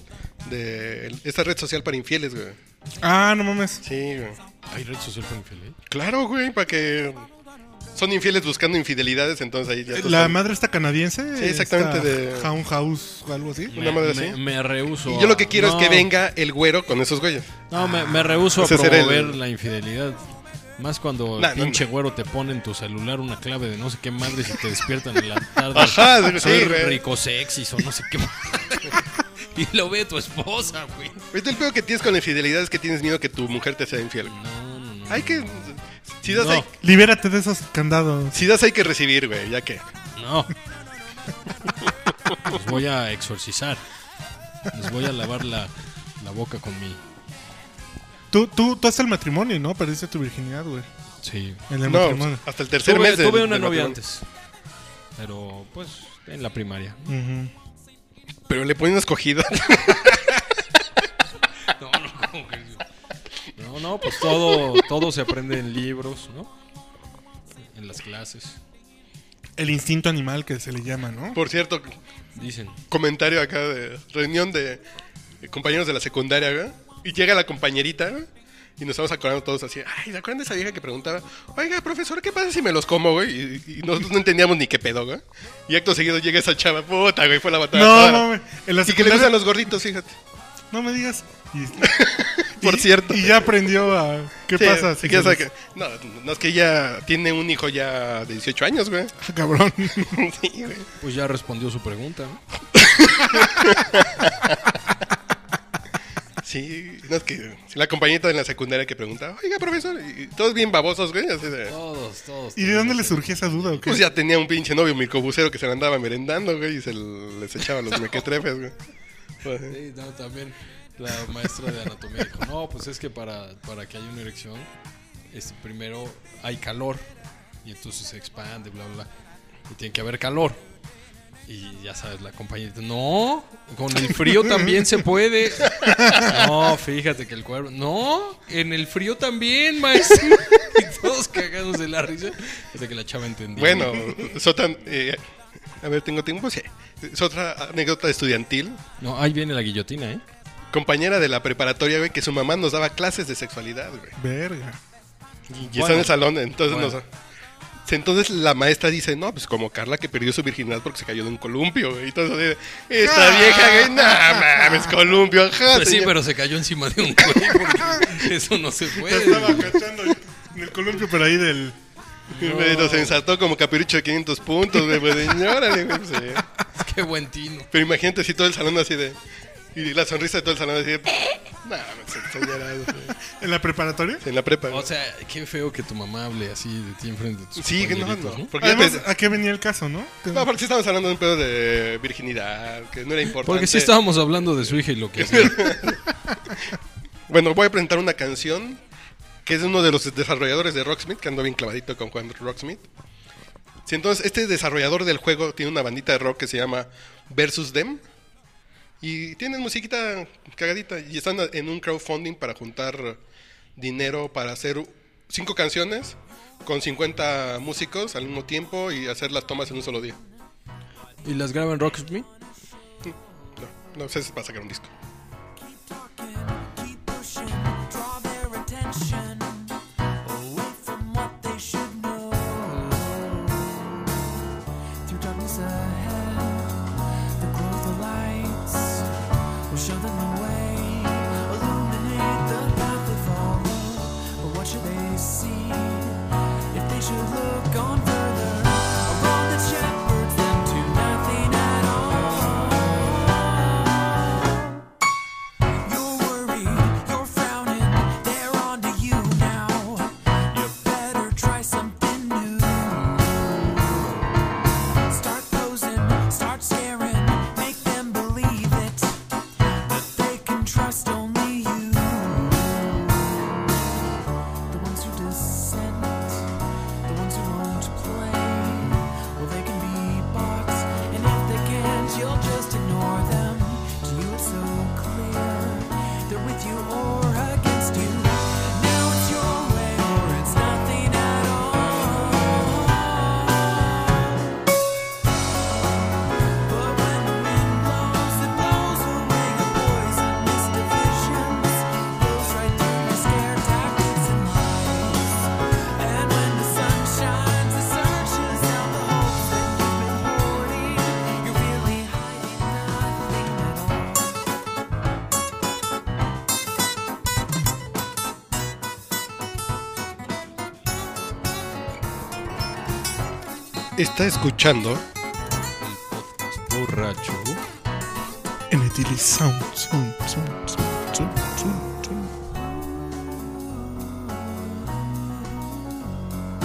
[SPEAKER 3] de esta red social para infieles, güey.
[SPEAKER 1] Ah, no mames.
[SPEAKER 3] Sí, güey.
[SPEAKER 2] Hay red social para ¿eh? infeliz.
[SPEAKER 3] Claro, güey, para que son infieles buscando infidelidades, entonces ahí ya tú
[SPEAKER 1] Eh, La
[SPEAKER 3] sabes.
[SPEAKER 1] madre está canadiense.
[SPEAKER 3] Sí, exactamente,
[SPEAKER 1] esta
[SPEAKER 3] de-
[SPEAKER 1] Hound House o algo así.
[SPEAKER 3] Una madre
[SPEAKER 2] me,
[SPEAKER 3] así.
[SPEAKER 2] me rehuso.
[SPEAKER 3] Y yo lo que quiero es que
[SPEAKER 2] venga
[SPEAKER 3] venga el güero con esos güeyes.
[SPEAKER 2] No, me, me rehúso
[SPEAKER 3] Ese
[SPEAKER 2] a
[SPEAKER 3] será el-
[SPEAKER 2] promover la infidelidad. Más cuando
[SPEAKER 3] Nah,
[SPEAKER 2] el
[SPEAKER 3] no,
[SPEAKER 2] pinche
[SPEAKER 3] no.
[SPEAKER 2] güero te pone en tu celular una clave de no sé qué madre si te despiertan en la tarde.
[SPEAKER 3] Ajá, sí,
[SPEAKER 2] soy
[SPEAKER 3] sí, güey.
[SPEAKER 2] rico sexy o no sé qué. y lo ve tu esposa, güey.
[SPEAKER 3] Ahorita el peor que tienes con la infidelidad es que tienes miedo que tu mujer te sea infiel. güey.
[SPEAKER 2] No, no, no.
[SPEAKER 3] Hay que... Si das,
[SPEAKER 2] No.
[SPEAKER 3] hay,
[SPEAKER 1] Libérate de esos candados.
[SPEAKER 3] si das hay que recibir, güey, ya que...
[SPEAKER 2] No. Los voy a exorcizar. Les voy a lavar la, la boca con mi.
[SPEAKER 1] Tú, tú, tú hasta el matrimonio, ¿no? Perdiste tu virginidad, güey.
[SPEAKER 2] Sí.
[SPEAKER 1] En el
[SPEAKER 3] No,
[SPEAKER 1] matrimonio.
[SPEAKER 3] hasta el tercer
[SPEAKER 2] Tuve,
[SPEAKER 3] mes de
[SPEAKER 2] tuve una novia antes. Pero, pues, en la primaria.
[SPEAKER 3] pues,
[SPEAKER 1] Ujú.
[SPEAKER 3] Pero le ponen una escogida.
[SPEAKER 2] No, no, como que- No, no, pues todo, todo se aprende en libros, ¿no? En las clases.
[SPEAKER 1] El instinto animal que se le llama, ¿no?
[SPEAKER 3] Por cierto,
[SPEAKER 2] Dicen.
[SPEAKER 3] comentario acá de reunión de compañeros de la secundaria, güey. Y llega la compañerita, güey, Y nos estamos acordando todos así. Ay, ¿se acuerdan de esa vieja que preguntaba? Oiga, profesor, ¿qué pasa si me los como, güey? Y, y nosotros no entendíamos ni qué pedo, güey. Y acto seguido llega esa chava. Puta, güey, fue la batalla.
[SPEAKER 1] No,
[SPEAKER 3] toda.
[SPEAKER 1] mames. En la
[SPEAKER 3] Y que le
[SPEAKER 1] secundaria-
[SPEAKER 3] gustan los gorditos, fíjate.
[SPEAKER 1] No me digas. Y-
[SPEAKER 3] Por
[SPEAKER 1] Y-
[SPEAKER 3] cierto.
[SPEAKER 1] Y ya aprendió a. ¿Qué
[SPEAKER 3] Sí,
[SPEAKER 1] pasa?
[SPEAKER 3] sí,
[SPEAKER 1] si
[SPEAKER 3] ya
[SPEAKER 1] se
[SPEAKER 3] sabe
[SPEAKER 1] los-
[SPEAKER 3] que- no, no, es que ella tiene un hijo ya de 18 años, güey.
[SPEAKER 1] Ah, Cabrón.
[SPEAKER 3] Sí, güey.
[SPEAKER 2] Pues ya respondió su pregunta, ¿no?
[SPEAKER 3] Sí, no es que la compañerita de la secundaria que preguntaba, oiga, profesor, y todos bien babosos, güey. así de-
[SPEAKER 2] Todos, todos.
[SPEAKER 1] ¿Y de dónde le surgió esa duda o qué?
[SPEAKER 3] pues ya tenía un pinche novio milcobucero que se le andaba merendando, güey, y se les echaba los mequetrefes, güey. Pues, sí.
[SPEAKER 2] Sí, no, también la maestra de anatomía dijo, no, pues es que para, para que haya una erección, este, primero hay calor y entonces se expande, bla, bla, bla, y tiene que haber calor. Y ya sabes, la compañerita, no, con el frío también se puede. No, fíjate que el cuerpo, no, en el frío también, maestra. Y todos cagados de la risa hasta que la chava entendió.
[SPEAKER 3] Bueno, es otra, eh, a ver, tengo tiempo, sí. Es otra anécdota estudiantil.
[SPEAKER 2] No, ahí viene la guillotina, ¿eh?
[SPEAKER 3] Compañera de la preparatoria, güey, que su mamá nos daba clases de sexualidad, güey.
[SPEAKER 1] Verga.
[SPEAKER 3] Y está
[SPEAKER 2] Bueno.
[SPEAKER 3] en el salón, entonces
[SPEAKER 2] Bueno.
[SPEAKER 3] nos- Entonces la maestra dice, no, pues como Carla que perdió su virginidad porque se cayó de un columpio, güey. Y todos así de, esta vieja, güey, no mames, columpio, ajá.
[SPEAKER 2] Ah. Pues sí,
[SPEAKER 3] señor".
[SPEAKER 2] pero se cayó encima de un cuello porque eso no se puede.
[SPEAKER 1] Estaba cachando en el columpio, pero ahí del.
[SPEAKER 3] Güey, Nos ensartó como capirucho de 500 puntos, güey, pues señora, güey, pues, sí.
[SPEAKER 2] Qué buen tino.
[SPEAKER 3] Pero imagínate si todo el salón así de... Y la sonrisa de todo el salón así de... No, mames, señora, güey.
[SPEAKER 1] ¿En la preparatoria?
[SPEAKER 3] En la prepa,
[SPEAKER 2] O
[SPEAKER 3] güey.
[SPEAKER 2] sea, qué feo que tu mamá hable así de ti enfrente de tus
[SPEAKER 3] Sí, que no,
[SPEAKER 2] compañeritos,
[SPEAKER 3] no.
[SPEAKER 2] ¿no?
[SPEAKER 3] Porque, ya Ah,
[SPEAKER 1] Además,
[SPEAKER 3] te-
[SPEAKER 1] ¿a qué venía el caso, no?
[SPEAKER 3] no, porque sí estamos hablando de un pedo de virginidad, que no era importante.
[SPEAKER 2] Porque sí estábamos hablando de su hija y lo que hacía.
[SPEAKER 3] Bueno, voy a presentar una canción que es de uno de los desarrolladores de Rocksmith, que ando bien clavadito con Juan Rocksmith. Sí, entonces, este desarrollador del juego tiene una bandita de rock que se llama Versus Them. Y tienen musiquita cagadita. Y están en un crowdfunding para juntar dinero para hacer cinco canciones con 50 músicos al mismo tiempo y hacer las tomas en un solo día.
[SPEAKER 2] ¿Y las graba en Rocksmith?
[SPEAKER 3] No, no sé si va a sacar un disco.
[SPEAKER 5] Keep talking, keep pushing, draw their attention away from what they should know. Through darkness ahead, the growth of lights will show them the way, illuminate the path they follow. But what should they see if they should look on further? A road that shepherds them to nothing at all.
[SPEAKER 3] Está escuchando
[SPEAKER 2] podcast borracho.
[SPEAKER 1] En Etili Sound, Sound, Sound, Sound, Sound, Sound, Sound.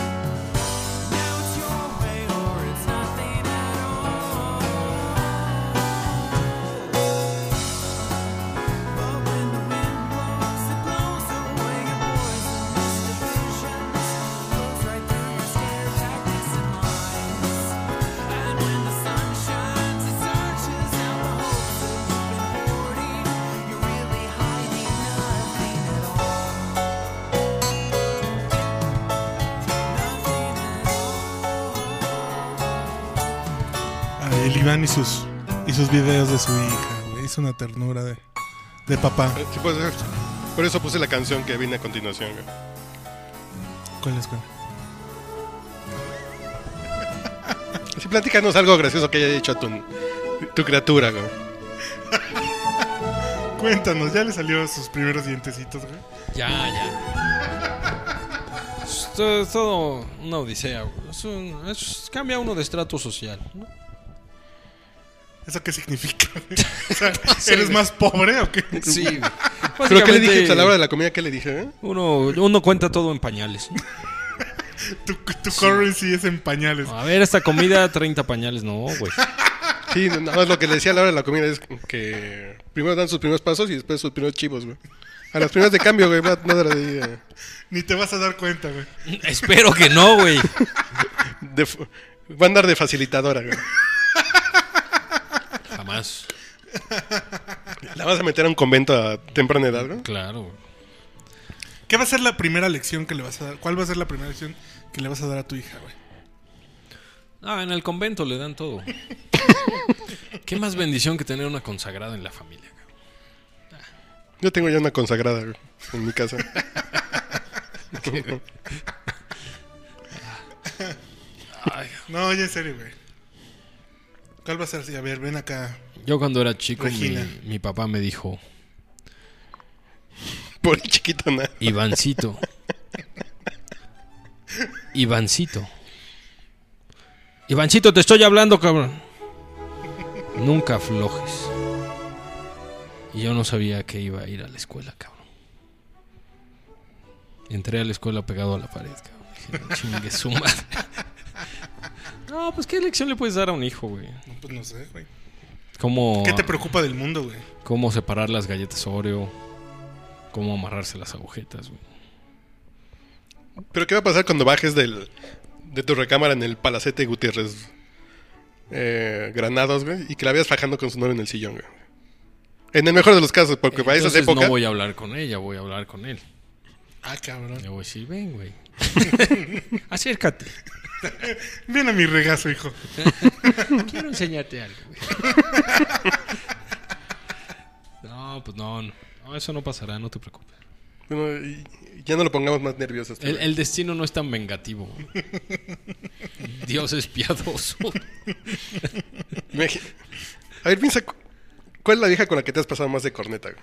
[SPEAKER 5] Now it's your way or it's nothing at all. But when the wind blows, it blows away your poison, divisions, flows right through your skin, tactics and lies. And when the sun shines, it searches out the hopes that you've been hoarding. You're really hiding nothing at all, nothing at
[SPEAKER 1] Ah, el Iván y sus, y sus videos de su hija, güey. Es una ternura de, de papá.
[SPEAKER 3] Sí, puede ser. Por eso puse la canción que viene a continuación. güey.
[SPEAKER 1] ¿Cuál es cuál?
[SPEAKER 3] Así platícanos algo gracioso que haya hecho tu, tu criatura. güey.
[SPEAKER 1] Cuéntanos, ya le salió sus primeros dientecitos, güey.
[SPEAKER 2] Ya, ya. Es to- es todo una odisea. güey. Es un- es- cambia uno de estrato social. ¿no?
[SPEAKER 1] ¿Eso qué significa? güey? O sea, ¿Eres más pobre o qué?
[SPEAKER 2] Sí. güey.
[SPEAKER 3] ¿Pero qué le dije Pues,
[SPEAKER 2] Básicamente,
[SPEAKER 3] a la hora de la comida? ¿Qué le dije? eh?
[SPEAKER 2] Uno, uno cuenta todo en pañales.
[SPEAKER 1] Tu, tu currency es en pañales.
[SPEAKER 2] A ver, esta comida, 30 pañales. No, güey.
[SPEAKER 3] Sí, nada más lo que le decía a la hora de la comida es que primero dan sus primeros pasos y después sus primeros chivos, güey. A las primeras de cambio, güey. va- No de, la de, eh,
[SPEAKER 1] Ni te vas a dar cuenta, güey.
[SPEAKER 2] Espero que no, güey.
[SPEAKER 3] de f- va a andar de facilitadora, güey.
[SPEAKER 2] Jamás.
[SPEAKER 3] La vas a meter a un convento a temprana edad, güey.
[SPEAKER 2] Claro. güey.
[SPEAKER 1] ¿Qué va a ser la primera lección que le vas a dar? ¿Cuál va a ser la primera lección que le vas a dar a tu hija, güey?
[SPEAKER 2] Ah, en el convento le dan todo. ¿Qué más bendición que tener una consagrada en la familia? cabrón?
[SPEAKER 3] Yo tengo ya una consagrada, güey, en mi casa.
[SPEAKER 2] Ay,
[SPEAKER 1] No, oye, en serio, güey. ¿Cuál va a ser? Sí, a ver, ven acá.
[SPEAKER 2] yo cuando era chico, mi,
[SPEAKER 1] Regina.
[SPEAKER 2] mi papá me dijo,
[SPEAKER 3] Por chiquito, nada.
[SPEAKER 2] Ivancito. Ivancito. Ivancito, te estoy hablando, cabrón. Nunca aflojes. Y yo no sabía que iba a ir a la escuela, cabrón. Entré a la escuela pegado a la pared, cabrón. Dije, "No chingue su madre". No, pues qué lección le puedes dar a un hijo, güey.
[SPEAKER 1] No, pues no sé, güey.
[SPEAKER 2] ¿Cómo,
[SPEAKER 1] ¿Qué te preocupa del mundo, güey?
[SPEAKER 2] cómo separar las galletas Oreo? ¿Cómo amarrarse las agujetas, güey?
[SPEAKER 3] ¿Pero qué va a pasar cuando bajes del, de tu recámara en el Palacete Gutiérrez eh, Granados, güey? Y que la veas fajando con su novio en el sillón, güey. En el mejor de los casos, porque para esas
[SPEAKER 2] Entonces
[SPEAKER 3] épocas...
[SPEAKER 2] no voy a hablar con ella, voy a hablar con él.
[SPEAKER 1] Ah, cabrón.
[SPEAKER 2] Le voy a decir, ven, güey. Acércate.
[SPEAKER 1] Ven a mi regazo, hijo.
[SPEAKER 2] Quiero enseñarte algo, güey. No, pues no, no. No, eso no pasará, no te preocupes.
[SPEAKER 3] Bueno, y- y ya no lo pongamos más nervioso. este
[SPEAKER 2] El,
[SPEAKER 3] güey.
[SPEAKER 2] el destino no es tan vengativo. Dios es piadoso.
[SPEAKER 3] Me- A ver, piensa, cu- ¿cuál es la vieja con la que te has pasado más de corneta? güey?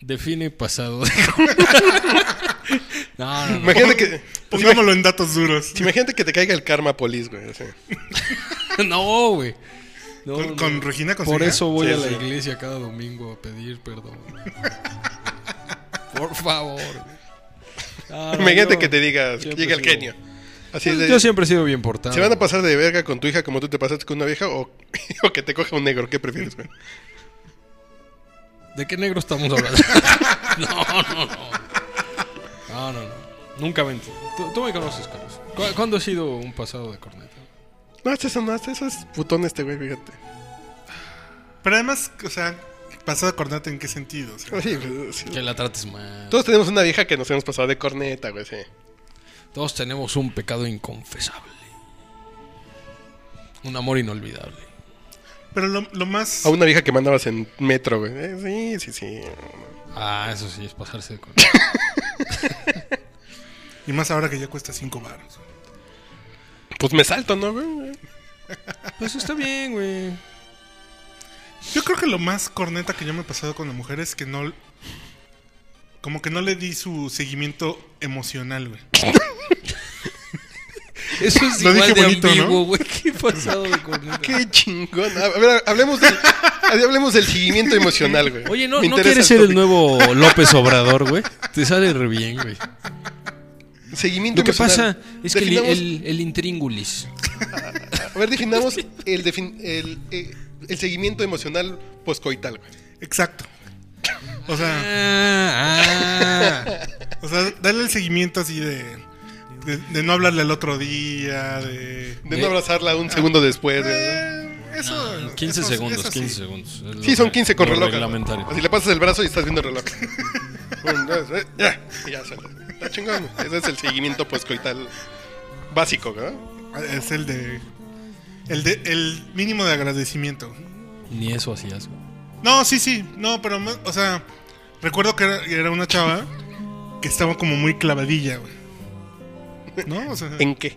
[SPEAKER 2] Define pasado. No, no, no.
[SPEAKER 3] Imagínate que,
[SPEAKER 2] Pues,
[SPEAKER 1] Pongámoslo en datos duros.
[SPEAKER 3] imagínate que te caiga el karma polis, güey. así.
[SPEAKER 2] No, güey. No,
[SPEAKER 1] Con,
[SPEAKER 2] no.
[SPEAKER 1] con Regina Conseja.
[SPEAKER 2] Por eso voy
[SPEAKER 3] Sí,
[SPEAKER 2] a la
[SPEAKER 3] sí.
[SPEAKER 2] iglesia cada domingo a pedir perdón. Por favor. güey. Ah, no,
[SPEAKER 3] Imagínate
[SPEAKER 2] yo-
[SPEAKER 3] que te diga, que
[SPEAKER 2] siempre
[SPEAKER 3] llegue el
[SPEAKER 2] sigo-
[SPEAKER 3] genio. Así de,
[SPEAKER 2] Yo siempre he sido bien portado.
[SPEAKER 3] ¿Se van a pasar de verga con tu hija como tú te pasaste con una vieja o, o que te coja un negro? ¿Qué prefieres, güey?
[SPEAKER 2] ¿De qué negro estamos hablando? no, no, no. No, no, no. Nunca mentí. Tú, tú me conoces, Carlos. ¿Cu- ¿Cuándo he sido un pasado de corneta?
[SPEAKER 3] No, hasta eso, no, hasta eso es putón este güey, fíjate.
[SPEAKER 1] Pero además, o sea, pasado a corneta en qué sentido. O sea,
[SPEAKER 3] Ay, güey, Ah, sí.
[SPEAKER 2] Que la trates mal.
[SPEAKER 3] Todos tenemos una vieja que nos hemos pasado de corneta, güey, sí.
[SPEAKER 2] Todos tenemos un pecado inconfesable. Un amor inolvidable.
[SPEAKER 1] pero lo, lo más.
[SPEAKER 3] A una vieja que mandabas en metro, güey. Eh, sí, sí, sí.
[SPEAKER 2] Ah, eso sí, es pasarse de corneta.
[SPEAKER 1] Y más ahora que ya cuesta 5 baros.
[SPEAKER 3] Pues me salto, ¿no, güey?
[SPEAKER 2] Pues está bien, güey.
[SPEAKER 1] Yo creo que lo más corneta que yo me he pasado con la mujer es que no. Como que no le di su seguimiento emocional, güey.
[SPEAKER 2] Eso es
[SPEAKER 1] Lo
[SPEAKER 2] igual
[SPEAKER 1] dije
[SPEAKER 2] de
[SPEAKER 1] bonito, ¿no?
[SPEAKER 2] ambiguo, güey. Qué pasado de corneta.
[SPEAKER 3] Qué chingón. A ver, hablemos del, hablemos del seguimiento emocional, güey.
[SPEAKER 2] Oye, ¿no,
[SPEAKER 3] Me
[SPEAKER 2] ¿no
[SPEAKER 3] interesa
[SPEAKER 2] quieres ser el
[SPEAKER 3] tópico.
[SPEAKER 2] nuevo López Obrador, güey? Te sale re bien, güey.
[SPEAKER 3] Seguimiento
[SPEAKER 2] Lo que pasa
[SPEAKER 3] emocional.
[SPEAKER 2] es que el,
[SPEAKER 3] Definamos-
[SPEAKER 2] el, el intríngulis.
[SPEAKER 3] A ver, definamos el, defin- el, eh, el seguimiento emocional poscoital, güey.
[SPEAKER 1] Exacto. O sea,
[SPEAKER 2] Ah, ah.
[SPEAKER 1] o sea, darle el seguimiento así de, de, de no hablarle al otro día, de...
[SPEAKER 3] De
[SPEAKER 2] Eh.
[SPEAKER 3] no abrazarla un segundo después, güey. ¿no?
[SPEAKER 1] Eh, eso,
[SPEAKER 2] No, 15
[SPEAKER 1] eso sí,
[SPEAKER 2] segundos,
[SPEAKER 1] eso
[SPEAKER 2] 15
[SPEAKER 1] sí.
[SPEAKER 2] segundos. Es
[SPEAKER 3] Sí,
[SPEAKER 2] lo
[SPEAKER 3] son
[SPEAKER 2] re-
[SPEAKER 3] 15 con
[SPEAKER 2] lo
[SPEAKER 3] reloj. ¿no?
[SPEAKER 2] Reglamentario.
[SPEAKER 3] Así le pasas el brazo y estás viendo el reloj. Un, dos, tres, ya, y ya sale. Está chingón. Ese es el seguimiento pues, poscoital básico, ¿no?
[SPEAKER 1] Es el de... El, de, el mínimo de agradecimiento.
[SPEAKER 2] Ni eso hacías. güey.
[SPEAKER 1] No, sí, sí. No, pero, más- o sea, recuerdo que era, era una chava que estaba como muy clavadilla, güey. ¿No? O sea,
[SPEAKER 3] ¿En qué?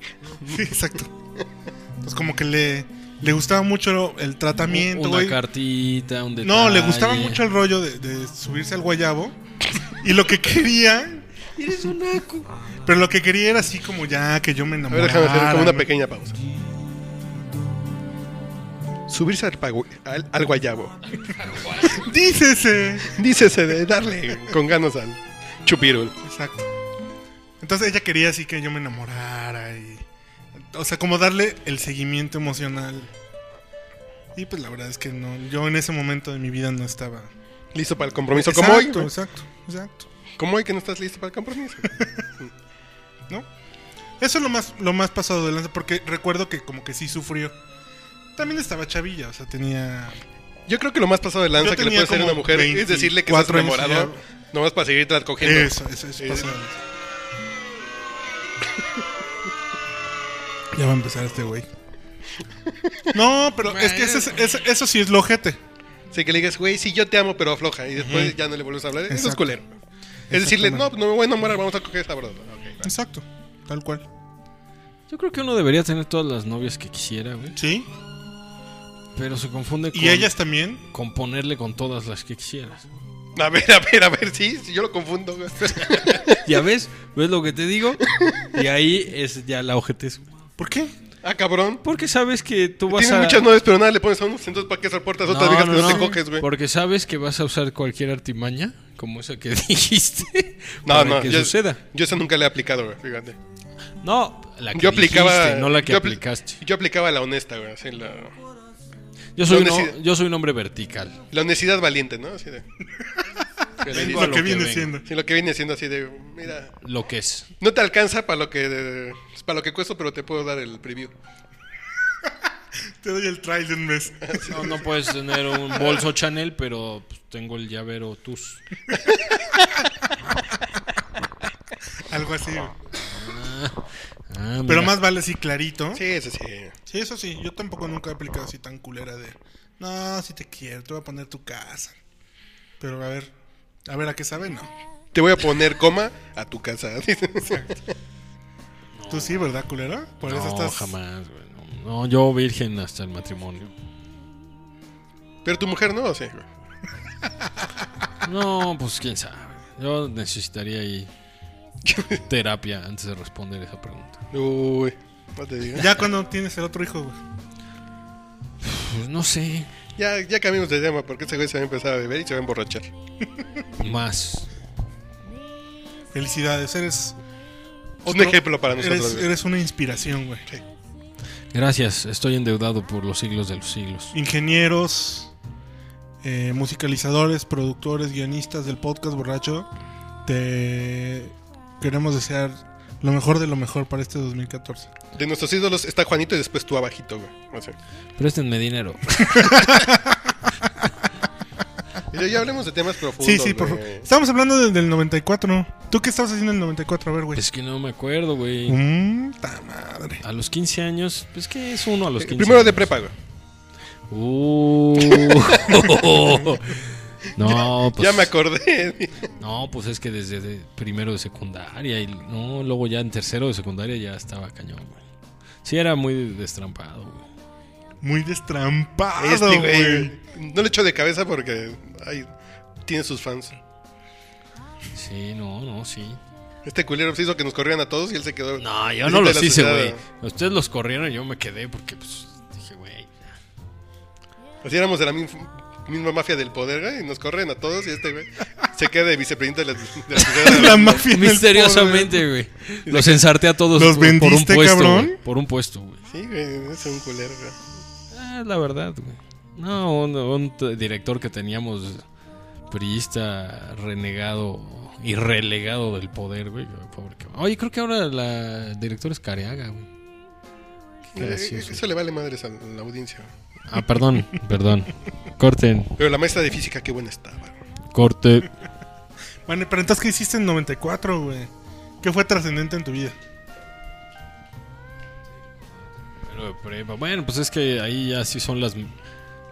[SPEAKER 1] sí, exacto. Entonces, como que le, le gustaba mucho el tratamiento,
[SPEAKER 2] Una
[SPEAKER 1] güey.
[SPEAKER 2] cartita, un detalle.
[SPEAKER 1] No, le gustaba mucho el rollo de, de subirse al guayabo. Y lo que quería. Eres un Pero lo que quería era así como ya que yo me
[SPEAKER 3] A
[SPEAKER 1] enamoré.
[SPEAKER 3] ver, déjame hacer como una pequeña pausa. Subirse al, pagu- al, al guayabo.
[SPEAKER 1] Dícese.
[SPEAKER 3] Dícese de darle con ganas al chupirul.
[SPEAKER 1] Exacto. Entonces ella quería así que yo me enamorara y... O sea, como darle el seguimiento emocional. Y pues la verdad es que no, yo en ese momento de mi vida no estaba...
[SPEAKER 3] Listo para el compromiso como hoy.
[SPEAKER 1] exacto,
[SPEAKER 3] güey.
[SPEAKER 1] exacto, exacto.
[SPEAKER 3] Como hoy que no estás listo para el compromiso.
[SPEAKER 1] ¿No? Eso es lo más, lo más pasado de lanza porque recuerdo que como que sí sufrió. También estaba chavilla, o sea, tenía...
[SPEAKER 3] Yo creo que lo más pasado de lanza
[SPEAKER 1] Yo
[SPEAKER 3] que le
[SPEAKER 1] tenía
[SPEAKER 3] puede hacer a
[SPEAKER 1] como
[SPEAKER 3] una mujer es decirle que estás
[SPEAKER 1] 24 años
[SPEAKER 3] enamorado. Nomás para seguir tra- cogiendo.
[SPEAKER 1] Eso, eso, eso
[SPEAKER 3] Eh,
[SPEAKER 1] pasado de lanza. Ya va a empezar este güey. No, pero es que ese es- ese- eso sí es lo ojete.
[SPEAKER 3] Sí, que le digas, güey, sí, yo te amo, pero afloja. Y después ya no le vuelves a hablar. Eso es
[SPEAKER 1] Exacto.
[SPEAKER 3] culero. Es decirle, no,
[SPEAKER 1] Exactamente.
[SPEAKER 3] no me voy a enamorar, vamos a coger esta broma. Ok, va.
[SPEAKER 1] Exacto, tal cual.
[SPEAKER 2] Yo creo que uno debería tener todas las novias que quisiera, güey.
[SPEAKER 1] Sí.
[SPEAKER 2] Pero se confunde con,
[SPEAKER 1] Y ellas también.
[SPEAKER 2] con ponerle con todas las que quisieras.
[SPEAKER 3] A ver, a ver, a ver, sí, sí, yo lo confundo. güey.
[SPEAKER 2] ¿Ya ves? ¿Ves lo que te digo? Y ahí es ya la ojetez. güey.
[SPEAKER 1] ¿Por qué?
[SPEAKER 3] ah, cabrón.
[SPEAKER 2] Porque sabes que tú vas
[SPEAKER 3] Tienes
[SPEAKER 2] a...
[SPEAKER 3] muchas novias, pero nada, le pones a unos, entonces ¿para qué soportas otras viejas que no, te coges, güey?
[SPEAKER 2] Porque sabes que vas a usar cualquier artimaña, como esa que dijiste,
[SPEAKER 3] No,
[SPEAKER 2] para
[SPEAKER 3] no,
[SPEAKER 2] que
[SPEAKER 3] yo,
[SPEAKER 2] suceda.
[SPEAKER 3] yo eso nunca le he aplicado, güey, fíjate.
[SPEAKER 2] No, la que
[SPEAKER 3] Yo aplicaba...
[SPEAKER 2] dijiste, no la que
[SPEAKER 3] yo apli-
[SPEAKER 2] aplicaste.
[SPEAKER 3] Yo aplicaba la honesta, güey, así la...
[SPEAKER 2] Yo soy,
[SPEAKER 3] yo
[SPEAKER 2] uno-
[SPEAKER 3] decid-
[SPEAKER 2] yo soy un hombre vertical.
[SPEAKER 3] La honestidad valiente, ¿no? Así de... Que le
[SPEAKER 2] Vengo
[SPEAKER 1] Lo
[SPEAKER 2] a
[SPEAKER 3] dices-
[SPEAKER 1] que,
[SPEAKER 2] que
[SPEAKER 1] viene
[SPEAKER 2] venga.
[SPEAKER 1] siendo.
[SPEAKER 3] Sí, lo que viene siendo así de, mira,
[SPEAKER 2] Lo que es.
[SPEAKER 3] no te alcanza para lo que para lo que cuesto, pero te puedo dar el preview.
[SPEAKER 1] Te doy el trial de un mes.
[SPEAKER 2] No, no puedes tener un bolso Chanel, pero pues, tengo el llavero TUS.
[SPEAKER 1] Algo así. güey.
[SPEAKER 2] Ah, mira.
[SPEAKER 1] Pero más vale así clarito. Sí.
[SPEAKER 3] Sí, sí, sí.
[SPEAKER 1] eso sí. Yo tampoco nunca he aplicado así tan culera de. No, si te quiero, te voy a poner tu casa. Pero a ver. A ver a qué sabe, no.
[SPEAKER 3] Te voy a poner coma a tu casa.
[SPEAKER 1] Tú sí, ¿verdad, culera? Por
[SPEAKER 2] No,
[SPEAKER 1] eso estás.
[SPEAKER 2] jamás, güey. No, No, yo virgen hasta el matrimonio.
[SPEAKER 3] Pero tu mujer no, sí.
[SPEAKER 2] No, pues quién sabe. Yo necesitaría ahí terapia antes de responder esa pregunta.
[SPEAKER 3] Uy, no te digas.
[SPEAKER 1] Ya cuando tienes el otro hijo, güey.
[SPEAKER 2] Pues no sé,
[SPEAKER 3] Ya, ya cambiamos de tema porque ese güey se va a empezar a beber y se va a emborrachar.
[SPEAKER 2] más.
[SPEAKER 1] Felicidades, eres.
[SPEAKER 3] Es un
[SPEAKER 1] otro-
[SPEAKER 3] ejemplo para nosotros.
[SPEAKER 1] Eres,
[SPEAKER 3] güey.
[SPEAKER 1] eres una inspiración, güey.
[SPEAKER 2] Gracias, estoy endeudado por los siglos de los siglos.
[SPEAKER 1] ingenieros, eh, musicalizadores, productores, guionistas del podcast Borracho, te queremos desear lo mejor de lo mejor para este 2014.
[SPEAKER 3] De nuestros ídolos está Juanito y después tú abajito, güey. O sea,
[SPEAKER 2] Préstenme dinero.
[SPEAKER 3] pero ya hablemos de temas profundos.
[SPEAKER 1] Sí, sí, por favor.
[SPEAKER 3] güey.
[SPEAKER 1] Estábamos hablando de- del 94. ¿Tú qué estabas haciendo en el 94? A ver, güey.
[SPEAKER 2] Es que no me acuerdo, güey.
[SPEAKER 1] Mm, ta madre.
[SPEAKER 2] A los 15 años, pues que es uno a los
[SPEAKER 3] Eh,
[SPEAKER 2] 15.
[SPEAKER 3] Primero de
[SPEAKER 2] años?
[SPEAKER 3] prepa, güey.
[SPEAKER 2] Uh. no, pues,
[SPEAKER 3] Ya me acordé.
[SPEAKER 2] no, pues es que desde de- primero de secundaria y no, luego ya en tercero de secundaria ya estaba cañón, güey. Sí, era muy destrampado, güey.
[SPEAKER 1] Muy destrampado,
[SPEAKER 3] Este,
[SPEAKER 1] güey.
[SPEAKER 3] güey. No le echo de cabeza porque ay, tiene sus fans.
[SPEAKER 2] Sí, no, no, sí.
[SPEAKER 3] Este culero se hizo que nos corrieran a todos y él se quedó.
[SPEAKER 2] No, yo
[SPEAKER 3] Sí,
[SPEAKER 2] no
[SPEAKER 3] de
[SPEAKER 2] los
[SPEAKER 3] la
[SPEAKER 2] hice,
[SPEAKER 3] sociedad.
[SPEAKER 2] güey. Ustedes los corrieron, yo me quedé porque pues dije, güey.
[SPEAKER 3] Así Pues éramos de la mif- misma mafia del poder, güey, y nos corren a todos y este güey se queda de vicepresidente de la, de la sociedad de
[SPEAKER 1] La
[SPEAKER 3] la-
[SPEAKER 1] mafia en el
[SPEAKER 2] Misteriosamente, güey. Los ensarté a todos
[SPEAKER 1] ¿Los
[SPEAKER 2] por, por un
[SPEAKER 1] vendiste,
[SPEAKER 2] puesto,
[SPEAKER 1] cabrón?
[SPEAKER 2] güey, por un puesto, güey.
[SPEAKER 3] Sí, güey, es un culero, güey.
[SPEAKER 2] Ah, la verdad, güey. No, un, un t- director que teníamos priista renegado y relegado del poder, güey. Pobre cabrón. Oye, creo que ahora la el director es Careaga, güey. Qué
[SPEAKER 3] Eh,
[SPEAKER 2] gracioso.
[SPEAKER 3] Eso le vale madres a la audiencia. güey.
[SPEAKER 2] Ah, perdón, perdón. Corten,
[SPEAKER 3] Pero la maestra de física, qué buena estaba. güey.
[SPEAKER 2] corte.
[SPEAKER 1] Bueno, pero entonces, ¿qué hiciste en 94, güey? ¿Qué fue trascendente en tu vida?
[SPEAKER 2] Pero de prepa. Bueno, pues es que ahí ya sí son las.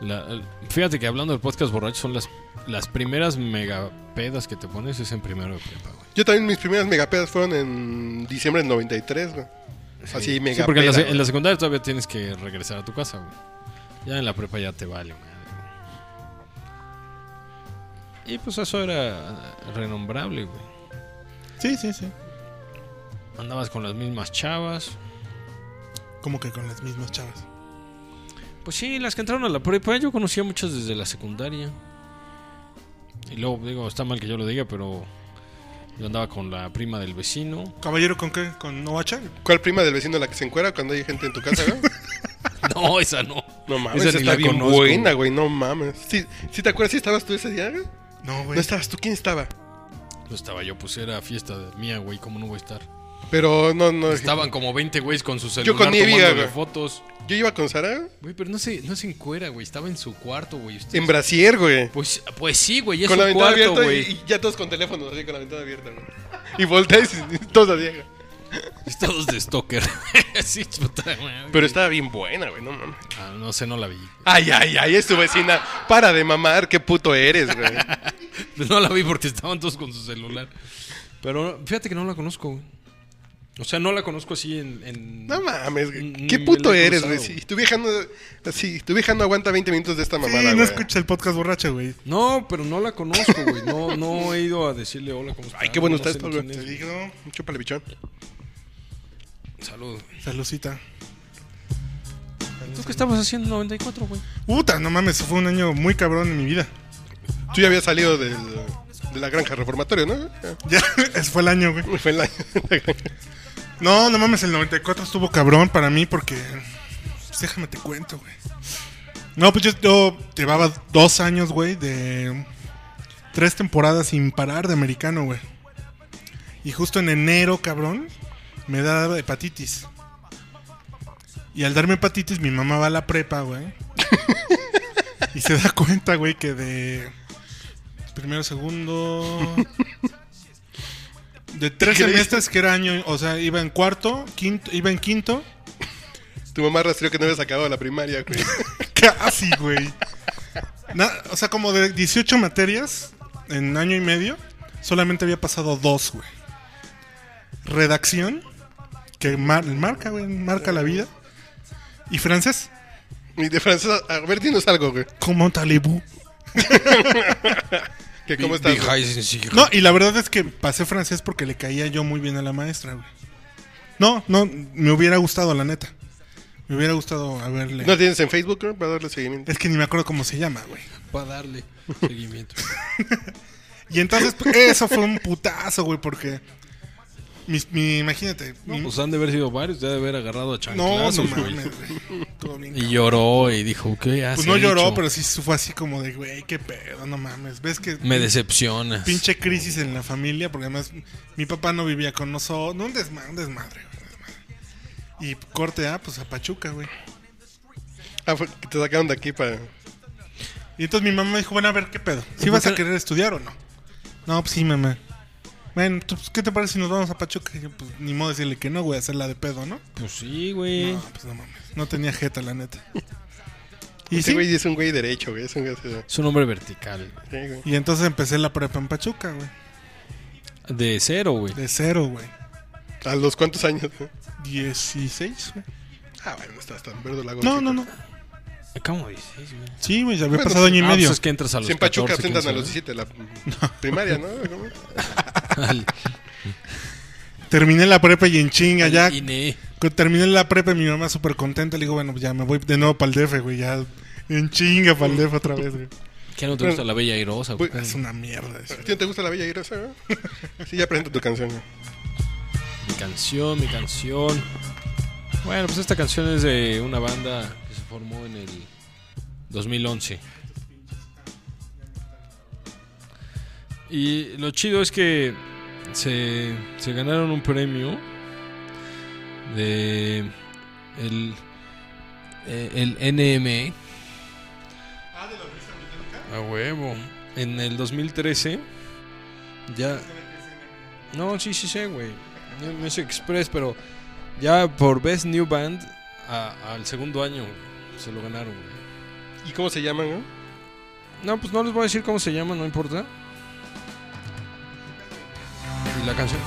[SPEAKER 2] la- fíjate que hablando del podcast borracho, son las, las primeras megapedas que te pones es en primero de prepa, güey.
[SPEAKER 3] Yo también mis primeras megapedas fueron en diciembre del 93, güey.
[SPEAKER 2] Sí,
[SPEAKER 3] Así
[SPEAKER 2] porque en la,
[SPEAKER 3] megapeda.
[SPEAKER 2] se-
[SPEAKER 3] güey.
[SPEAKER 2] en la secundaria todavía tienes que regresar a tu casa, güey. Ya en la prepa ya te vale, madre, güey. Y pues eso era eh, renombrable, güey.
[SPEAKER 1] Sí, sí, sí.
[SPEAKER 2] Andabas con las mismas chavas.
[SPEAKER 1] Como que con las mismas chavas.
[SPEAKER 2] Pues sí, las que entraron a la prepa, yo conocía muchas desde la secundaria. Y luego, digo, está mal que yo lo diga, pero yo andaba con la prima del vecino.
[SPEAKER 1] ¿Caballero con qué? ¿Con Noacha?
[SPEAKER 3] ¿Cuál prima del vecino la que se encuera cuando hay gente en tu casa, güey?
[SPEAKER 2] No, esa no.
[SPEAKER 3] No mames,
[SPEAKER 2] Esa
[SPEAKER 3] esa
[SPEAKER 2] ni la
[SPEAKER 3] está bien
[SPEAKER 2] conozco,
[SPEAKER 3] buena, güey, no mames. ¿Sí, sí te acuerdas si estabas tú ese día, güey?
[SPEAKER 1] No, güey.
[SPEAKER 3] No estabas tú, ¿quién estaba?
[SPEAKER 2] No estaba yo, pues era fiesta de mía, güey, ¿cómo no voy a estar?
[SPEAKER 3] Pero no, no.
[SPEAKER 2] Estaban como 20 güeyes con sus
[SPEAKER 3] Yo
[SPEAKER 2] celular
[SPEAKER 3] con Nidia,
[SPEAKER 2] tomándole
[SPEAKER 3] güey.
[SPEAKER 2] fotos.
[SPEAKER 3] Yo iba con Sara
[SPEAKER 2] Güey, pero no se, no se encuera, güey, estaba en su cuarto, güey. ustedes-
[SPEAKER 3] en brasier, güey.
[SPEAKER 2] Pues, pues sí, güey, es
[SPEAKER 3] Con la
[SPEAKER 2] su
[SPEAKER 3] ventana
[SPEAKER 2] cuarto,
[SPEAKER 3] abierta y,
[SPEAKER 2] güey.
[SPEAKER 3] y ya todos con teléfonos así con la ventana abierta, güey. Y volteas y todos así, güey.
[SPEAKER 2] Estados de stalker. sí, puta madre.
[SPEAKER 3] Pero estaba bien buena, güey, no mames.
[SPEAKER 2] Ah, no sé, no la vi.
[SPEAKER 3] Ay, ay, ay, es tu vecina. Para de mamar, qué puto eres, güey.
[SPEAKER 2] No la vi porque estaban todos con su celular. Pero fíjate que no la conozco, güey. O sea, no la conozco así en. en-
[SPEAKER 3] No mames, güey.
[SPEAKER 2] Mm,
[SPEAKER 3] Qué
[SPEAKER 2] me
[SPEAKER 3] puto
[SPEAKER 2] la he
[SPEAKER 3] eres,
[SPEAKER 2] cruzado,
[SPEAKER 3] güey. Si
[SPEAKER 2] güey.
[SPEAKER 3] tu vieja no, si tu vieja no aguanta 20 minutos de esta
[SPEAKER 1] Sí,
[SPEAKER 3] mamada,
[SPEAKER 1] no
[SPEAKER 3] güey.
[SPEAKER 1] escuchas el podcast borracho, güey.
[SPEAKER 2] No, pero no la conozco, güey. No, no he ido a decirle hola, ¿cómo estás?
[SPEAKER 3] Ay, qué bueno
[SPEAKER 2] está
[SPEAKER 3] está esto, güey.
[SPEAKER 1] Te digo,
[SPEAKER 3] Chúpale, bichón.
[SPEAKER 2] Salud.
[SPEAKER 1] saludcita.
[SPEAKER 2] ¿Tú qué estabas haciendo en 94, güey?
[SPEAKER 1] Puta, no mames, fue un año muy cabrón en mi vida.
[SPEAKER 3] Tú ya habías salido del, de la granja reformatorio, ¿no?
[SPEAKER 1] Ya, ese fue el año, güey.
[SPEAKER 3] Fue en la, la granja.
[SPEAKER 1] No, no mames, el 94 estuvo cabrón para mí porque. pues, déjame te cuento, güey. No, pues yo, yo llevaba dos años, güey, de. Tres temporadas sin parar de americano, güey. Y justo en enero, cabrón, me da hepatitis. Y al darme hepatitis, mi mamá va a la prepa, güey. y se da cuenta, güey, que de. Primero, segundo. De tres
[SPEAKER 3] ¿Qué le hizo?
[SPEAKER 1] semestres que era año, o sea, iba en cuarto, quinto, iba en quinto,
[SPEAKER 3] Tu mamá rastreó que no habías acabado la primaria, güey.
[SPEAKER 1] casi, güey. Na- o sea, como de 18 materias en año y medio, solamente había pasado dos, güey. Redacción, que mar- marca, güey, marca la vida. Y francés,
[SPEAKER 3] Y de francés, a ver, dinos algo, güey.
[SPEAKER 1] como talibú.
[SPEAKER 3] Que cómo estás. güey.
[SPEAKER 1] No, y la verdad es que pasé francés porque le caía yo muy bien a la maestra, güey. No, no, me hubiera gustado, la neta. Me hubiera gustado haberle...
[SPEAKER 3] ¿No tienes en Facebook, güey, para darle seguimiento?
[SPEAKER 1] Es que ni me acuerdo cómo se llama, güey.
[SPEAKER 2] Para darle seguimiento.
[SPEAKER 1] Y entonces, pues, eso fue un putazo, güey, porque. mis- mi- imagínate. mi-
[SPEAKER 2] Pues han de haber sido varios, ya de haber agarrado a
[SPEAKER 1] no,
[SPEAKER 2] chanclazos,
[SPEAKER 1] no
[SPEAKER 2] güey.
[SPEAKER 1] mames, güey. Estuvo bien
[SPEAKER 2] Y
[SPEAKER 1] cabrón.
[SPEAKER 2] lloró y dijo, ¿qué haces?
[SPEAKER 1] Pues no lloró, pero sí fue así como de, güey, qué pedo, no mames. ¿Ves que.?
[SPEAKER 2] Me decepcionas.
[SPEAKER 1] Pinche crisis en la familia, porque además mi papá no vivía con nosotros. No, un desmadre, un desmadre, güey, un desmadre. Y corte A, pues a Pachuca, güey.
[SPEAKER 3] Ah, fue que te sacaron de aquí para.
[SPEAKER 1] Y entonces mi mamá me dijo, bueno, a ver, ¿qué pedo? ¿Si vas a querer estudiar o no? No, pues sí, mamá. Bueno, tú, pues, ¿qué te parece si nos vamos a Pachuca? Y yo, pues ni modo decirle que no, güey, hacerla de pedo, ¿no?
[SPEAKER 2] Pues sí, güey.
[SPEAKER 1] No, pues no mames. No tenía jeta, la neta. Y
[SPEAKER 3] Ese
[SPEAKER 1] sí.
[SPEAKER 3] güey es un güey derecho, güey. Es un güey. así, güey.
[SPEAKER 2] Es un hombre vertical. güey.
[SPEAKER 3] Sí, güey.
[SPEAKER 1] Y entonces empecé la prepa en Pachuca, güey.
[SPEAKER 2] De cero, güey.
[SPEAKER 1] De cero, güey.
[SPEAKER 3] ¿A los cuántos años? güey?
[SPEAKER 1] 16, güey.
[SPEAKER 3] Ah, bueno, no estás tan verde la
[SPEAKER 1] No, no, no.
[SPEAKER 2] ¿Cómo dices, güey?
[SPEAKER 1] Sí, güey, ya había
[SPEAKER 3] Bueno,
[SPEAKER 1] pasado año y
[SPEAKER 2] Ah,
[SPEAKER 1] medio.
[SPEAKER 2] pues es que entras a los
[SPEAKER 3] Si en Pachuca
[SPEAKER 2] 14,
[SPEAKER 3] sentan
[SPEAKER 2] 15,
[SPEAKER 3] a los 17 la primaria, ¿no? ¿Cómo?
[SPEAKER 2] ¿no? Al-
[SPEAKER 1] Terminé la prepa y en chinga ya.
[SPEAKER 2] Y ne.
[SPEAKER 1] cu- Terminé la prepa y mi mamá súper contenta. Le digo, bueno, pues ya me voy de nuevo para el DF, güey. Ya en chinga para el DF otra vez, güey.
[SPEAKER 2] ¿Qué no te gusta la bella airosa?
[SPEAKER 3] Pues,
[SPEAKER 2] güey?
[SPEAKER 1] Es una mierda. eso.
[SPEAKER 3] ¿A ti no te gusta la bella irosa, güey? Sí, ya presenta tu canción, güey.
[SPEAKER 2] Mi canción, mi canción. Bueno, pues esta canción es de una banda que se formó en el 2011. Y lo chido es que se, se ganaron un premio de el, eh, el NME. A huevo. En el 2013 ya no, sí, sí sé, güey. No, no es Express, pero ya por Best New Band a- al segundo año se lo ganaron, güey.
[SPEAKER 3] ¿Y cómo se llaman, güey?
[SPEAKER 2] No, pues no les voy a decir cómo se llama, no importa. Y la canción.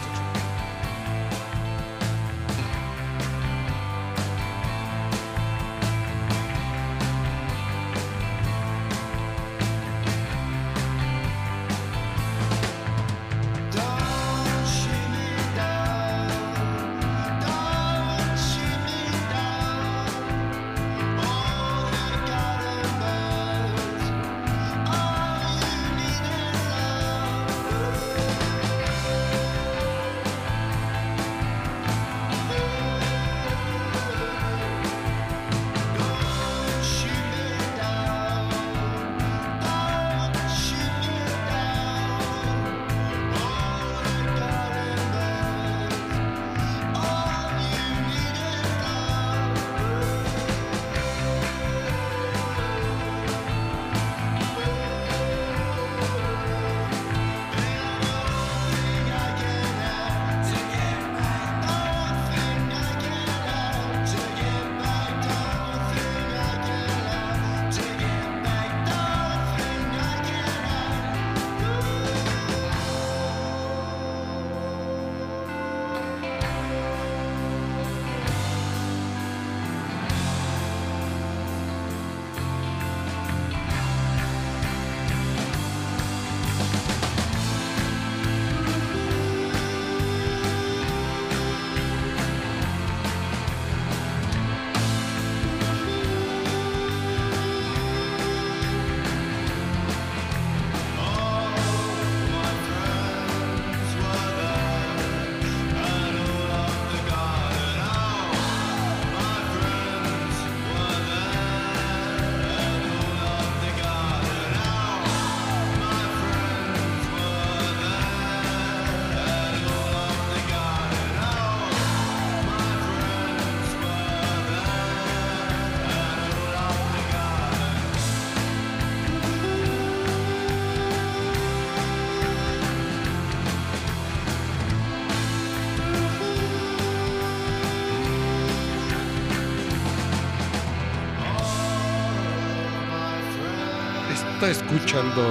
[SPEAKER 3] Está escuchando.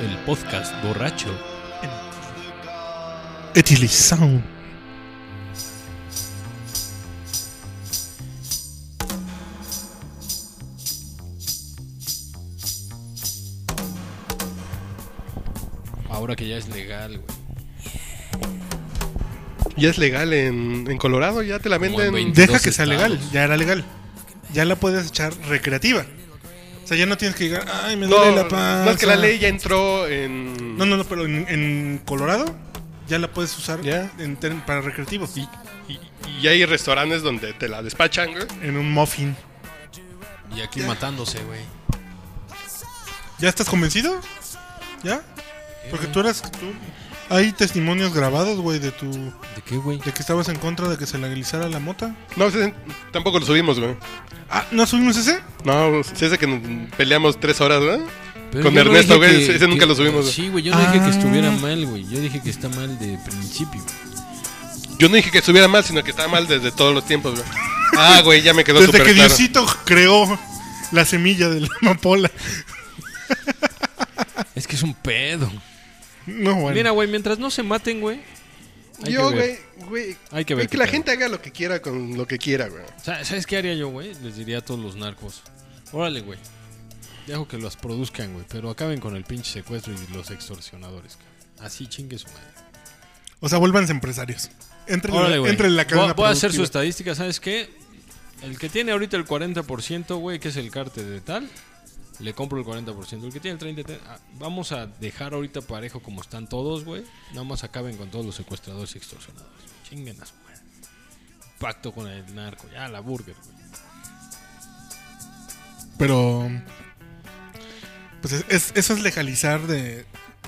[SPEAKER 2] El podcast borracho.
[SPEAKER 1] Utilizado.
[SPEAKER 2] Ahora que ya es legal, güey.
[SPEAKER 3] Ya es legal en, en Colorado, ya te la
[SPEAKER 2] Como
[SPEAKER 3] venden.
[SPEAKER 2] en 20.
[SPEAKER 1] Deja
[SPEAKER 2] Dos
[SPEAKER 1] que sea
[SPEAKER 2] estados.
[SPEAKER 1] legal, ya era legal. Ya la puedes echar recreativa. O sea, ya no tienes que llegar, ay, me duele
[SPEAKER 3] No,
[SPEAKER 1] la panza.
[SPEAKER 3] no, es que la ley ya entró en.
[SPEAKER 1] No, no, no, pero en, en Colorado ya la puedes usar
[SPEAKER 3] Ya.
[SPEAKER 1] en ter- para recreativo.
[SPEAKER 3] Y, y hay restaurantes donde te la despachan, güey.
[SPEAKER 1] En un muffin.
[SPEAKER 2] Y aquí matándose, güey.
[SPEAKER 1] ¿Ya estás convencido? ¿Ya? Porque tú eras... Tú... Hay testimonios grabados, güey, de tu...
[SPEAKER 2] ¿De qué, güey?
[SPEAKER 1] De que estabas en contra de que se legalizara la mota.
[SPEAKER 3] No, ese- tampoco lo subimos, güey.
[SPEAKER 1] Ah, ¿no subimos ese?
[SPEAKER 3] No, si ese que nos peleamos tres horas, güey.
[SPEAKER 2] Pero
[SPEAKER 3] Con
[SPEAKER 2] yo no
[SPEAKER 3] Ernesto,
[SPEAKER 2] dije
[SPEAKER 3] güey,
[SPEAKER 2] que-
[SPEAKER 3] ese nunca
[SPEAKER 2] que-
[SPEAKER 3] lo subimos, güey.
[SPEAKER 2] Sí, güey, yo no dije
[SPEAKER 1] Ah.
[SPEAKER 2] que estuviera mal, güey. Yo dije que está mal de principio.
[SPEAKER 3] Yo no dije que estuviera mal, sino que estaba mal desde todos los tiempos, güey. Ah, güey, ya me quedó
[SPEAKER 1] Desde
[SPEAKER 3] súper
[SPEAKER 1] que
[SPEAKER 3] claro.
[SPEAKER 1] Diosito creó la semilla de la amapola.
[SPEAKER 2] Es que es un pedo.
[SPEAKER 1] No, bueno.
[SPEAKER 2] Mira, güey, mientras no se maten, güey. hay que
[SPEAKER 3] Yo,
[SPEAKER 2] ver.
[SPEAKER 3] güey, güey.
[SPEAKER 2] Hay que
[SPEAKER 3] Que,
[SPEAKER 2] ver.
[SPEAKER 3] que
[SPEAKER 2] qué
[SPEAKER 3] la
[SPEAKER 2] pedo.
[SPEAKER 3] gente haga lo que quiera con lo que quiera, güey.
[SPEAKER 2] Sa- ¿Sabes qué haría yo, güey? Les diría a todos los narcos. Órale, güey. Dejo que los produzcan, güey. Pero acaben con el pinche secuestro y los extorsionadores. cabrón. Así chingue su madre.
[SPEAKER 1] O sea, vuélvanse empresarios. Entren,
[SPEAKER 2] Órale,
[SPEAKER 1] en, la,
[SPEAKER 2] güey.
[SPEAKER 1] entren en la
[SPEAKER 2] Voy-
[SPEAKER 1] cadena
[SPEAKER 2] Voy, a hacer su
[SPEAKER 1] productiva.
[SPEAKER 2] estadística, ¿sabes qué? El que tiene ahorita el 40%, güey, que es el cártel de tal, le compro el 40%. El que tiene el 30%, te- ah, vamos a dejar ahorita parejo como están todos, güey. Nada más acaben con todos los secuestradores y extorsionadores. Chinguen a su madre. Pacto con el narco, ya la burger, güey.
[SPEAKER 1] Pero. Pues es- es- eso es legalizar de,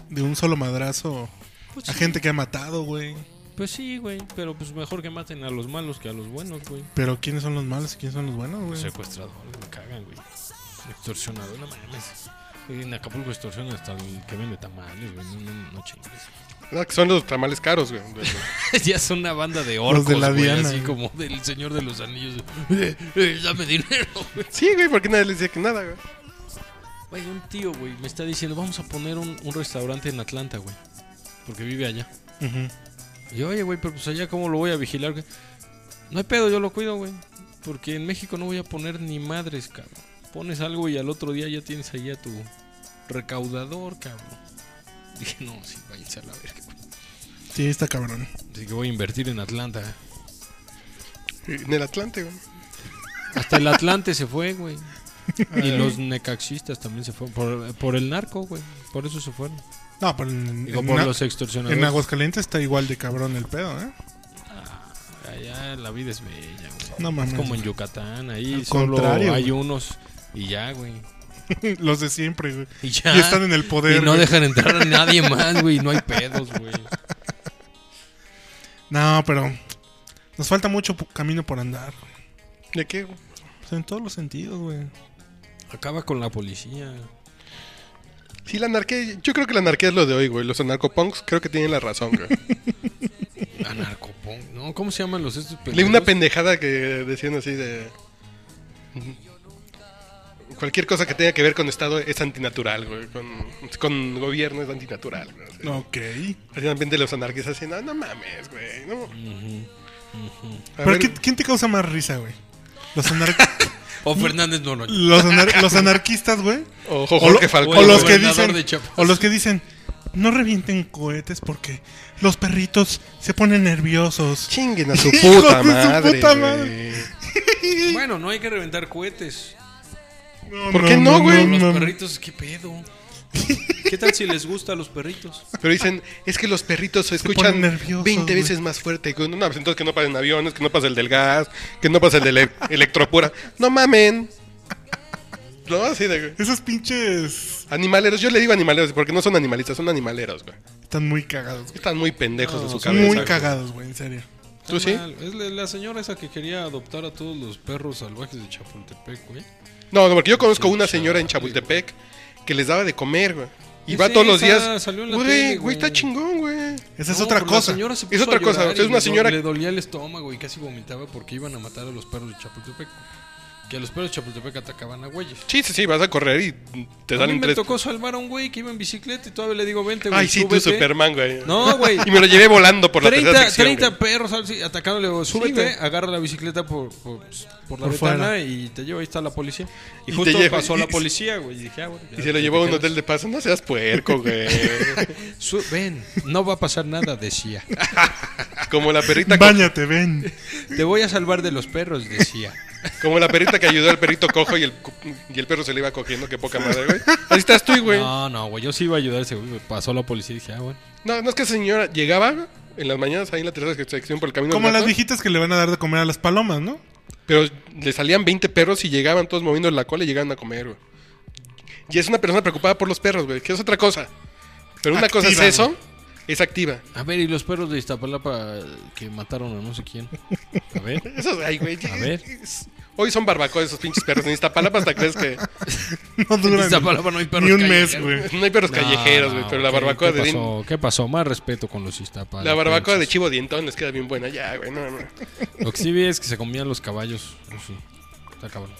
[SPEAKER 1] de un solo madrazo
[SPEAKER 2] Pues
[SPEAKER 1] a
[SPEAKER 2] sí.
[SPEAKER 1] gente que ha matado, güey.
[SPEAKER 2] Pues sí, güey, pero pues mejor que maten a los malos que a los buenos, güey.
[SPEAKER 1] Pero ¿quiénes son los malos y quiénes son los buenos, güey?
[SPEAKER 2] Secuestradores, me cagan, güey. Extorsionador, no mames. En Acapulco extorsionan hasta el que vende tamales, güey. No, no, no chingues.
[SPEAKER 3] No, que son los tamales caros, güey.
[SPEAKER 2] ya son una banda de orcos,
[SPEAKER 1] Los de la
[SPEAKER 2] güey,
[SPEAKER 1] Diana,
[SPEAKER 2] así
[SPEAKER 1] güey.
[SPEAKER 2] como del Señor de los Anillos. Eh, eh, dame dinero, güey.
[SPEAKER 3] Sí, güey, porque nadie les dice que nada, güey.
[SPEAKER 2] Güey, un tío, güey, me está diciendo, vamos a poner un, un restaurante en Atlanta, güey. Porque vive allá.
[SPEAKER 1] Ujú.
[SPEAKER 2] Y yo, oye, güey, pero pues allá cómo lo voy a vigilar, güey. No hay pedo, yo lo cuido, güey. Porque en México no voy a poner ni madres, cabrón. Pones algo y al otro día ya tienes ahí a tu recaudador, cabrón. Dije, no, sí, váyanse a la verga, güey.
[SPEAKER 1] Sí, está cabrón.
[SPEAKER 2] Así que voy a invertir en Atlanta.
[SPEAKER 3] En el Atlante, güey.
[SPEAKER 2] Hasta el Atlante se fue, güey. Y los necaxistas también se fueron. Por, por el narco, güey. Por eso se fueron.
[SPEAKER 1] No, pero en,
[SPEAKER 2] Digo,
[SPEAKER 1] en
[SPEAKER 2] por
[SPEAKER 1] A-
[SPEAKER 2] los extorsionadores.
[SPEAKER 1] en Aguascalientes está igual de cabrón el pedo, ¿eh?
[SPEAKER 2] Allá la vida es bella, güey.
[SPEAKER 1] No
[SPEAKER 2] Es
[SPEAKER 1] mames.
[SPEAKER 2] como en Yucatán, ahí
[SPEAKER 1] Al
[SPEAKER 2] solo
[SPEAKER 1] contrario,
[SPEAKER 2] hay
[SPEAKER 1] güey.
[SPEAKER 2] unos y ya, güey.
[SPEAKER 1] los de siempre, güey.
[SPEAKER 2] Y ya.
[SPEAKER 1] Y están en el poder.
[SPEAKER 2] Y no
[SPEAKER 1] güey.
[SPEAKER 2] dejan entrar a nadie más, güey. No hay pedos, güey.
[SPEAKER 1] No, pero nos falta mucho pu- camino por andar.
[SPEAKER 3] ¿De qué, güey?
[SPEAKER 1] O sea, en todos los sentidos, güey.
[SPEAKER 2] Acaba con la policía.
[SPEAKER 3] Sí, la anarquía. Yo creo que la anarquía es lo de hoy, güey. Los anarcopunks creo que tienen la razón, güey.
[SPEAKER 2] Anarcopón. No, ¿cómo se llaman los estos
[SPEAKER 3] Leí
[SPEAKER 1] Pues,
[SPEAKER 3] una
[SPEAKER 2] pendejos?
[SPEAKER 3] pendejada que decían así de. Cualquier cosa que tenga que ver con Estado es antinatural, güey. Con, con gobierno es antinatural, güey. Así.
[SPEAKER 1] Ok.
[SPEAKER 3] Así también de los anarquistas así, no, no mames, güey. No. A
[SPEAKER 1] Pero
[SPEAKER 3] ver,
[SPEAKER 1] ¿quién- ¿quién te causa más risa, güey? Los, anar-
[SPEAKER 2] O Fernández Noroña.
[SPEAKER 1] los, anar- los anarquistas, güey.
[SPEAKER 3] O
[SPEAKER 1] O,
[SPEAKER 3] Jorge
[SPEAKER 1] lo-
[SPEAKER 3] Falcón.
[SPEAKER 1] o
[SPEAKER 2] el
[SPEAKER 1] los que
[SPEAKER 2] gobernador
[SPEAKER 1] dicen,
[SPEAKER 2] de Chiapas.
[SPEAKER 1] o los que dicen, no revienten cohetes porque los perritos se ponen nerviosos.
[SPEAKER 3] Chinguen a su
[SPEAKER 1] Hijo
[SPEAKER 3] puta
[SPEAKER 1] de su
[SPEAKER 3] madre.
[SPEAKER 1] puta
[SPEAKER 3] güey.
[SPEAKER 1] madre.
[SPEAKER 2] Bueno, no hay que reventar cohetes.
[SPEAKER 3] ¿Por qué no, güey?
[SPEAKER 2] Los
[SPEAKER 1] no, no.
[SPEAKER 2] perritos, qué pedo. ¿Qué tal si les gusta a los perritos?
[SPEAKER 3] Pero dicen, es que los perritos se escuchan
[SPEAKER 1] ponen nerviosos,
[SPEAKER 3] 20
[SPEAKER 1] güey.
[SPEAKER 3] veces más fuerte que uno. No, pues entonces que no pasen aviones, que no pase el del gas, que no pase el de ele- electropura. No mamen. No, así de.
[SPEAKER 1] Esos pinches
[SPEAKER 3] Animaleros, yo le digo animaleros porque no son animalistas, son animaleros, güey.
[SPEAKER 1] están muy cagados. güey.
[SPEAKER 3] Están muy pendejos en su
[SPEAKER 2] son
[SPEAKER 3] cabeza.
[SPEAKER 1] Muy
[SPEAKER 3] güey.
[SPEAKER 1] cagados, güey, en serio.
[SPEAKER 3] ¿Tú
[SPEAKER 2] Está
[SPEAKER 3] sí?
[SPEAKER 2] mal. Es la, la señora esa que quería adoptar a todos los perros salvajes de Chapultepec, güey.
[SPEAKER 3] No, no, porque yo conozco una
[SPEAKER 2] Chale.
[SPEAKER 3] señora en Chapultepec que les daba de comer, güey. Y
[SPEAKER 2] Sí,
[SPEAKER 3] va todos los
[SPEAKER 2] esa
[SPEAKER 3] días.
[SPEAKER 2] salió en la
[SPEAKER 3] Güey,
[SPEAKER 2] tele,
[SPEAKER 3] güey,
[SPEAKER 2] güey.
[SPEAKER 3] está chingón, güey.
[SPEAKER 1] Esa es
[SPEAKER 2] No,
[SPEAKER 1] otra
[SPEAKER 2] pero
[SPEAKER 1] cosa.
[SPEAKER 2] La señora se
[SPEAKER 3] Es
[SPEAKER 2] puso a
[SPEAKER 3] otra cosa,
[SPEAKER 2] llorar
[SPEAKER 3] o sea,
[SPEAKER 2] y
[SPEAKER 3] es una
[SPEAKER 2] le do-
[SPEAKER 3] señora-
[SPEAKER 2] Le dolía el estómago y casi vomitaba porque iban a matar a los perros de Chapultepec. Que a los perros de Chapultepec atacaban a güeyes.
[SPEAKER 3] Sí, sí, sí, vas a correr y te
[SPEAKER 2] A mí
[SPEAKER 3] salen
[SPEAKER 2] me
[SPEAKER 3] tres.
[SPEAKER 2] tocó salvar a un güey que iba en bicicleta y todavía le digo, vente, güey.
[SPEAKER 3] Ay, sí, tú,
[SPEAKER 2] súbete".
[SPEAKER 3] Superman, güey.
[SPEAKER 2] No, güey.
[SPEAKER 3] Y me lo llevé volando por la
[SPEAKER 2] 30,
[SPEAKER 3] tercera sección.
[SPEAKER 2] 30
[SPEAKER 3] güey.
[SPEAKER 2] perros ¿sabes? Sí, atacándole, digo, súbete,
[SPEAKER 3] güey.
[SPEAKER 2] agarra la bicicleta por, por, pues, por la
[SPEAKER 1] Por
[SPEAKER 2] ventana
[SPEAKER 1] fuera.
[SPEAKER 2] y te lleva, ahí está la policía. Y,
[SPEAKER 3] Y te
[SPEAKER 2] justo
[SPEAKER 3] lleva-
[SPEAKER 2] pasó
[SPEAKER 3] y-
[SPEAKER 2] la policía, güey. Y dije, ah, bueno. ya
[SPEAKER 3] Y se lo
[SPEAKER 2] te
[SPEAKER 3] llevó a un
[SPEAKER 2] quedas.
[SPEAKER 3] hotel de paso. No seas puerco, güey.
[SPEAKER 2] Su- ven, no va a pasar nada, decía.
[SPEAKER 3] Como la perrita co-
[SPEAKER 1] Báñate, ven.
[SPEAKER 2] Te voy a salvar de los perros, decía.
[SPEAKER 3] como la perrita que ayudó al perrito cojo y el, co- y el perro se le iba cogiendo, que poca madre, güey. Así estás tú, güey. No.
[SPEAKER 2] No, no, güey, yo sí iba a ayudar a ese güey. me Pasó la policía y dije, ah, bueno.
[SPEAKER 3] no, es que esa señora llegaba en las mañanas ahí en la tercera sección por el camino. del
[SPEAKER 1] Como las
[SPEAKER 3] gato,
[SPEAKER 1] viejitas que le van a dar de comer a las palomas, ¿no?
[SPEAKER 3] Pero le salían 20 perros y llegaban todos moviendo la cola y llegaban a comer, güey. Y es una persona preocupada por los perros, güey, que es otra cosa. Pero una cosa es
[SPEAKER 1] Activa,
[SPEAKER 3] eso, es activa.
[SPEAKER 2] A ver, y los perros de Iztapalapa que mataron a no sé quién. A ver.
[SPEAKER 3] Esos, ay, güey.
[SPEAKER 2] A ver.
[SPEAKER 3] es- Hoy son barbacoas esos pinches perros. En Iztapalapa hasta crees que
[SPEAKER 1] No
[SPEAKER 2] En
[SPEAKER 1] duran
[SPEAKER 2] Iztapalapa no hay perros
[SPEAKER 1] ni un mes,
[SPEAKER 2] callejeros.
[SPEAKER 1] güey.
[SPEAKER 3] no hay perros
[SPEAKER 2] No,
[SPEAKER 3] callejeros, güey.
[SPEAKER 2] no,
[SPEAKER 3] pero la
[SPEAKER 2] ¿qué-
[SPEAKER 3] barbacoa
[SPEAKER 2] Ah, ¿qué
[SPEAKER 3] de din-
[SPEAKER 2] pasó? pues. ¿Qué pasó? Más respeto con los Iztapalapas.
[SPEAKER 3] La barbacoa de chivo dientón les queda bien buena ya, güey. No, no.
[SPEAKER 2] Lo que sí vi es que se comían los caballos. Eso sí. Está cabrón.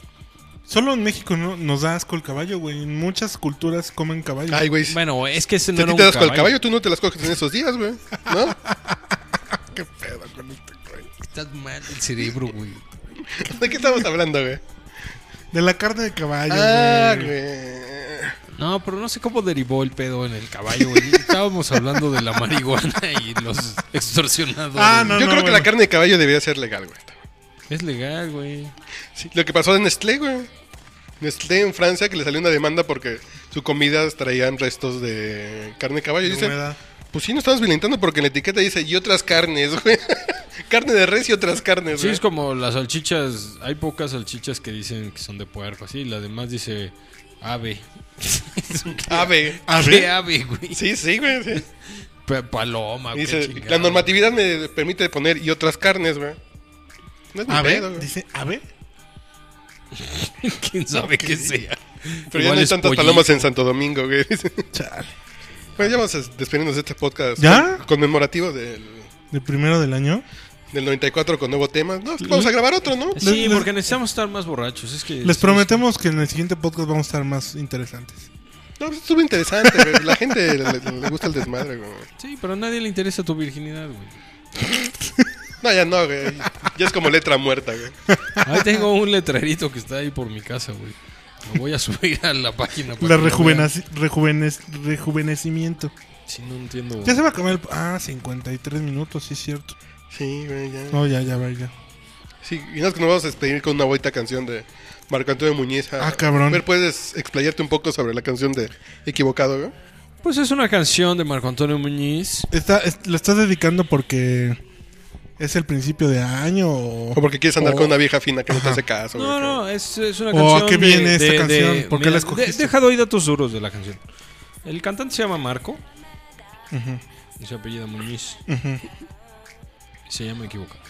[SPEAKER 1] Solo en México no, nos da asco el caballo, güey. En muchas culturas comen caballo.
[SPEAKER 3] Ay, güey. si
[SPEAKER 2] Bueno, es que ese no
[SPEAKER 3] a
[SPEAKER 2] era
[SPEAKER 3] ti
[SPEAKER 2] un
[SPEAKER 3] te das
[SPEAKER 2] caballo.
[SPEAKER 3] con el caballo, tú no te las coges en esos días, güey. ¿No?
[SPEAKER 2] Estás mal el cerebro, güey.
[SPEAKER 3] ¿De qué estamos hablando, güey?
[SPEAKER 1] De la carne de caballo,
[SPEAKER 3] Ah,
[SPEAKER 1] güey.
[SPEAKER 3] güey.
[SPEAKER 2] No, pero no sé cómo derivó el pedo en el caballo, güey. Estábamos hablando de la marihuana y los extorsionados.
[SPEAKER 1] Ah, no.
[SPEAKER 3] Yo creo que
[SPEAKER 1] bueno.
[SPEAKER 3] la carne de caballo debería ser legal, güey.
[SPEAKER 2] Es legal, güey.
[SPEAKER 3] Sí, lo que pasó en Nestlé, güey. Nestlé en Francia que le salió una demanda porque su comida traían restos de carne de caballo. Y
[SPEAKER 1] De
[SPEAKER 3] dice,
[SPEAKER 1] humedad.
[SPEAKER 3] pues sí, no estamos violentando porque en la etiqueta dice, y otras carnes, güey. carne de res y otras carnes,
[SPEAKER 2] Sí,
[SPEAKER 3] güey.
[SPEAKER 2] es como las salchichas. Hay pocas salchichas que dicen que son de puerco, así. La demás dice ave.
[SPEAKER 3] Ave.
[SPEAKER 2] ¿Qué ave, güey?
[SPEAKER 3] Sí, sí, güey. sí.
[SPEAKER 2] Pa- Paloma, güey.
[SPEAKER 3] Dice, la normatividad me permite poner y otras carnes, güey. No es mi
[SPEAKER 1] ¿Ave?
[SPEAKER 3] pedo, güey.
[SPEAKER 1] Dice, ¿ave?
[SPEAKER 2] ¿Quién sabe qué sea?
[SPEAKER 3] Pero ya
[SPEAKER 2] Igual
[SPEAKER 3] no hay
[SPEAKER 2] es
[SPEAKER 3] tantas
[SPEAKER 2] pollito.
[SPEAKER 3] palomas en Santo Domingo, güey.
[SPEAKER 1] Chale.
[SPEAKER 3] bueno, ya vamos a despedirnos de este podcast
[SPEAKER 1] ¿Ya?
[SPEAKER 3] con- conmemorativo del,
[SPEAKER 1] ¿De primero del año?
[SPEAKER 3] del 94 con nuevo tema. No, es que vamos a grabar otro, ¿no?
[SPEAKER 2] Sí,
[SPEAKER 1] Les-
[SPEAKER 2] porque necesitamos estar más borrachos. Es que
[SPEAKER 1] Les prometemos que en el siguiente podcast vamos a estar más interesantes.
[SPEAKER 3] No, pues, estuvo interesante, güey. La gente le, le gusta el desmadre, güey.
[SPEAKER 2] Sí, pero a nadie le interesa tu virginidad, güey.
[SPEAKER 3] No, ya no, güey. Ya es como letra muerta, güey.
[SPEAKER 2] Ahí tengo un letrerito que está ahí por mi casa, güey. Lo voy a subir a la página. para
[SPEAKER 1] La
[SPEAKER 2] que lo vean.
[SPEAKER 1] rejuvenaci- rejuvenec- rejuvenecimiento.
[SPEAKER 2] Sí, no entiendo.
[SPEAKER 1] Ya se va a acabar el... Ah, 53 minutos, sí es cierto.
[SPEAKER 3] Sí, güey, ya.
[SPEAKER 1] No, ya, ya, va, ya.
[SPEAKER 3] Sí, y nos, nos vamos a despedir con una bonita canción de Marco Antonio Muñiz.
[SPEAKER 1] Ah, cabrón.
[SPEAKER 3] A ver, ¿puedes explayarte un poco sobre la canción de Equivocado, güey?
[SPEAKER 2] Pues es una canción de Marco Antonio Muñiz.
[SPEAKER 1] Está, es- ¿La estás dedicando porque es el principio de año o...?
[SPEAKER 3] O porque quieres andar
[SPEAKER 1] O-
[SPEAKER 3] con una vieja fina que no te hace caso, güey.
[SPEAKER 2] No, no, es, es una
[SPEAKER 1] ¿O
[SPEAKER 2] canción.
[SPEAKER 1] a Oh, qué viene esta
[SPEAKER 2] de- de-
[SPEAKER 1] canción?
[SPEAKER 2] de-
[SPEAKER 1] ¿Por qué
[SPEAKER 2] mira,
[SPEAKER 1] la escogiste?
[SPEAKER 2] de- deja doy datos duros de la canción. El cantante se llama Marco
[SPEAKER 1] Ujú,
[SPEAKER 2] y se apellida Muñiz.
[SPEAKER 1] ujú.
[SPEAKER 2] y Se llama equivocado.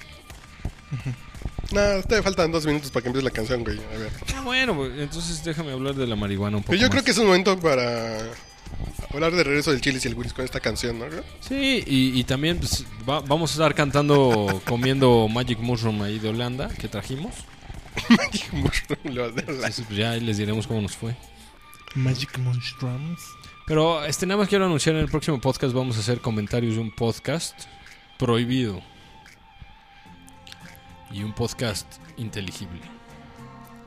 [SPEAKER 3] No, te faltan dos minutos para que empieces la canción, güey. A ver.
[SPEAKER 2] Ah, bueno, pues, entonces déjame hablar de la marihuana un poco.
[SPEAKER 1] Pues
[SPEAKER 3] Pero yo
[SPEAKER 2] más.
[SPEAKER 3] creo que es un momento para hablar de regreso del Chile y el Willis con esta canción, ¿no? güey?
[SPEAKER 2] Sí, y, y también pues, va- vamos a estar cantando, comiendo Magic Mushroom ahí de Holanda que trajimos.
[SPEAKER 3] Lo de la-
[SPEAKER 2] Entonces, pues, ya ahí les diremos cómo nos fue.
[SPEAKER 1] Magic Monstrums.
[SPEAKER 2] Pero este nada más quiero anunciar en el próximo podcast vamos a hacer comentarios de un podcast prohibido y un podcast inteligible.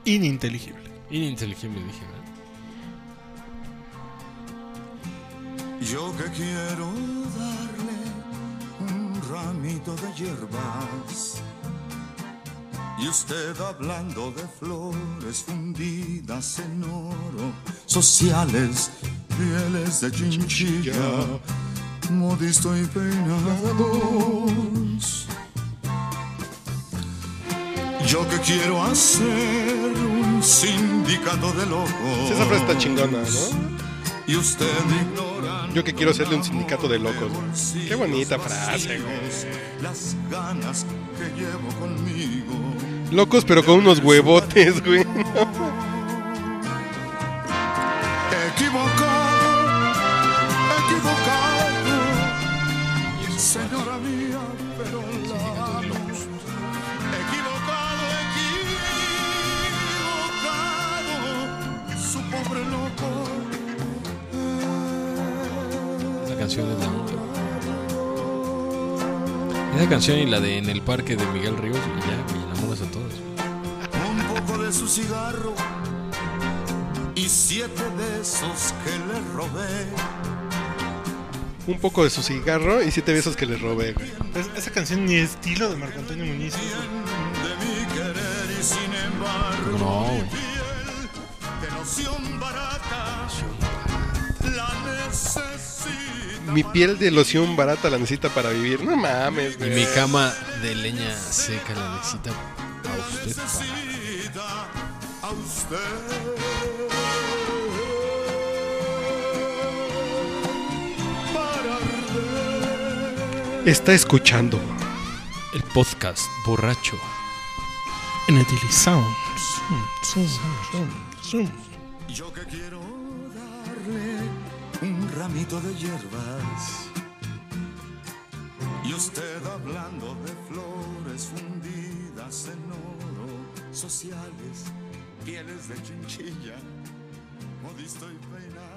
[SPEAKER 1] Ininteligible.
[SPEAKER 2] Ininteligible dije, ¿verdad?
[SPEAKER 6] Yo que quiero darle un ramito de hierbas y usted hablando de flores fundidas en oro, sociales, pieles de chinchilla, modisto y peinados. Yo que quiero hacer un sindicato de locos.
[SPEAKER 3] Esa frase está chingona, ¿no?
[SPEAKER 6] Y usted ignora.
[SPEAKER 3] Yo que quiero hacerle un sindicato de locos. Qué bonita frase, güey.
[SPEAKER 6] Las ganas que llevo conmigo.
[SPEAKER 3] Locos, pero con unos huevotes, güey.
[SPEAKER 6] Equivocado, equivocado. Señora mía, ah, pero la Equivocado, equivocado. Su pobre loco.
[SPEAKER 2] La canción de la Esa canción y la de En el parque de Miguel Ríos y ya, güey, enamoras a todos.
[SPEAKER 6] un poco de su cigarro y siete de esos que le robé.
[SPEAKER 3] Un poco de su cigarro y siete besos que le robé, güey.
[SPEAKER 1] Es- esa canción ni estilo de Marco Antonio Muñiz.
[SPEAKER 6] De mi querer y sin embargo
[SPEAKER 2] No, güey.
[SPEAKER 6] de noción barata la necesita.
[SPEAKER 3] Mi piel de loción barata la necesita para vivir. No mames,
[SPEAKER 2] Y
[SPEAKER 3] güey.
[SPEAKER 2] mi cama de leña seca la necesita a usted.
[SPEAKER 6] Necesita a usted. Para arder.
[SPEAKER 3] Está escuchando.
[SPEAKER 2] El podcast borracho.
[SPEAKER 1] En Sound. Zoom, zoom, zoom, zoom.
[SPEAKER 6] Yo que quiero darle un ramito de hierbas y usted hablando de flores fundidas en oro, sociales, pieles de chinchilla, modisto y peinado.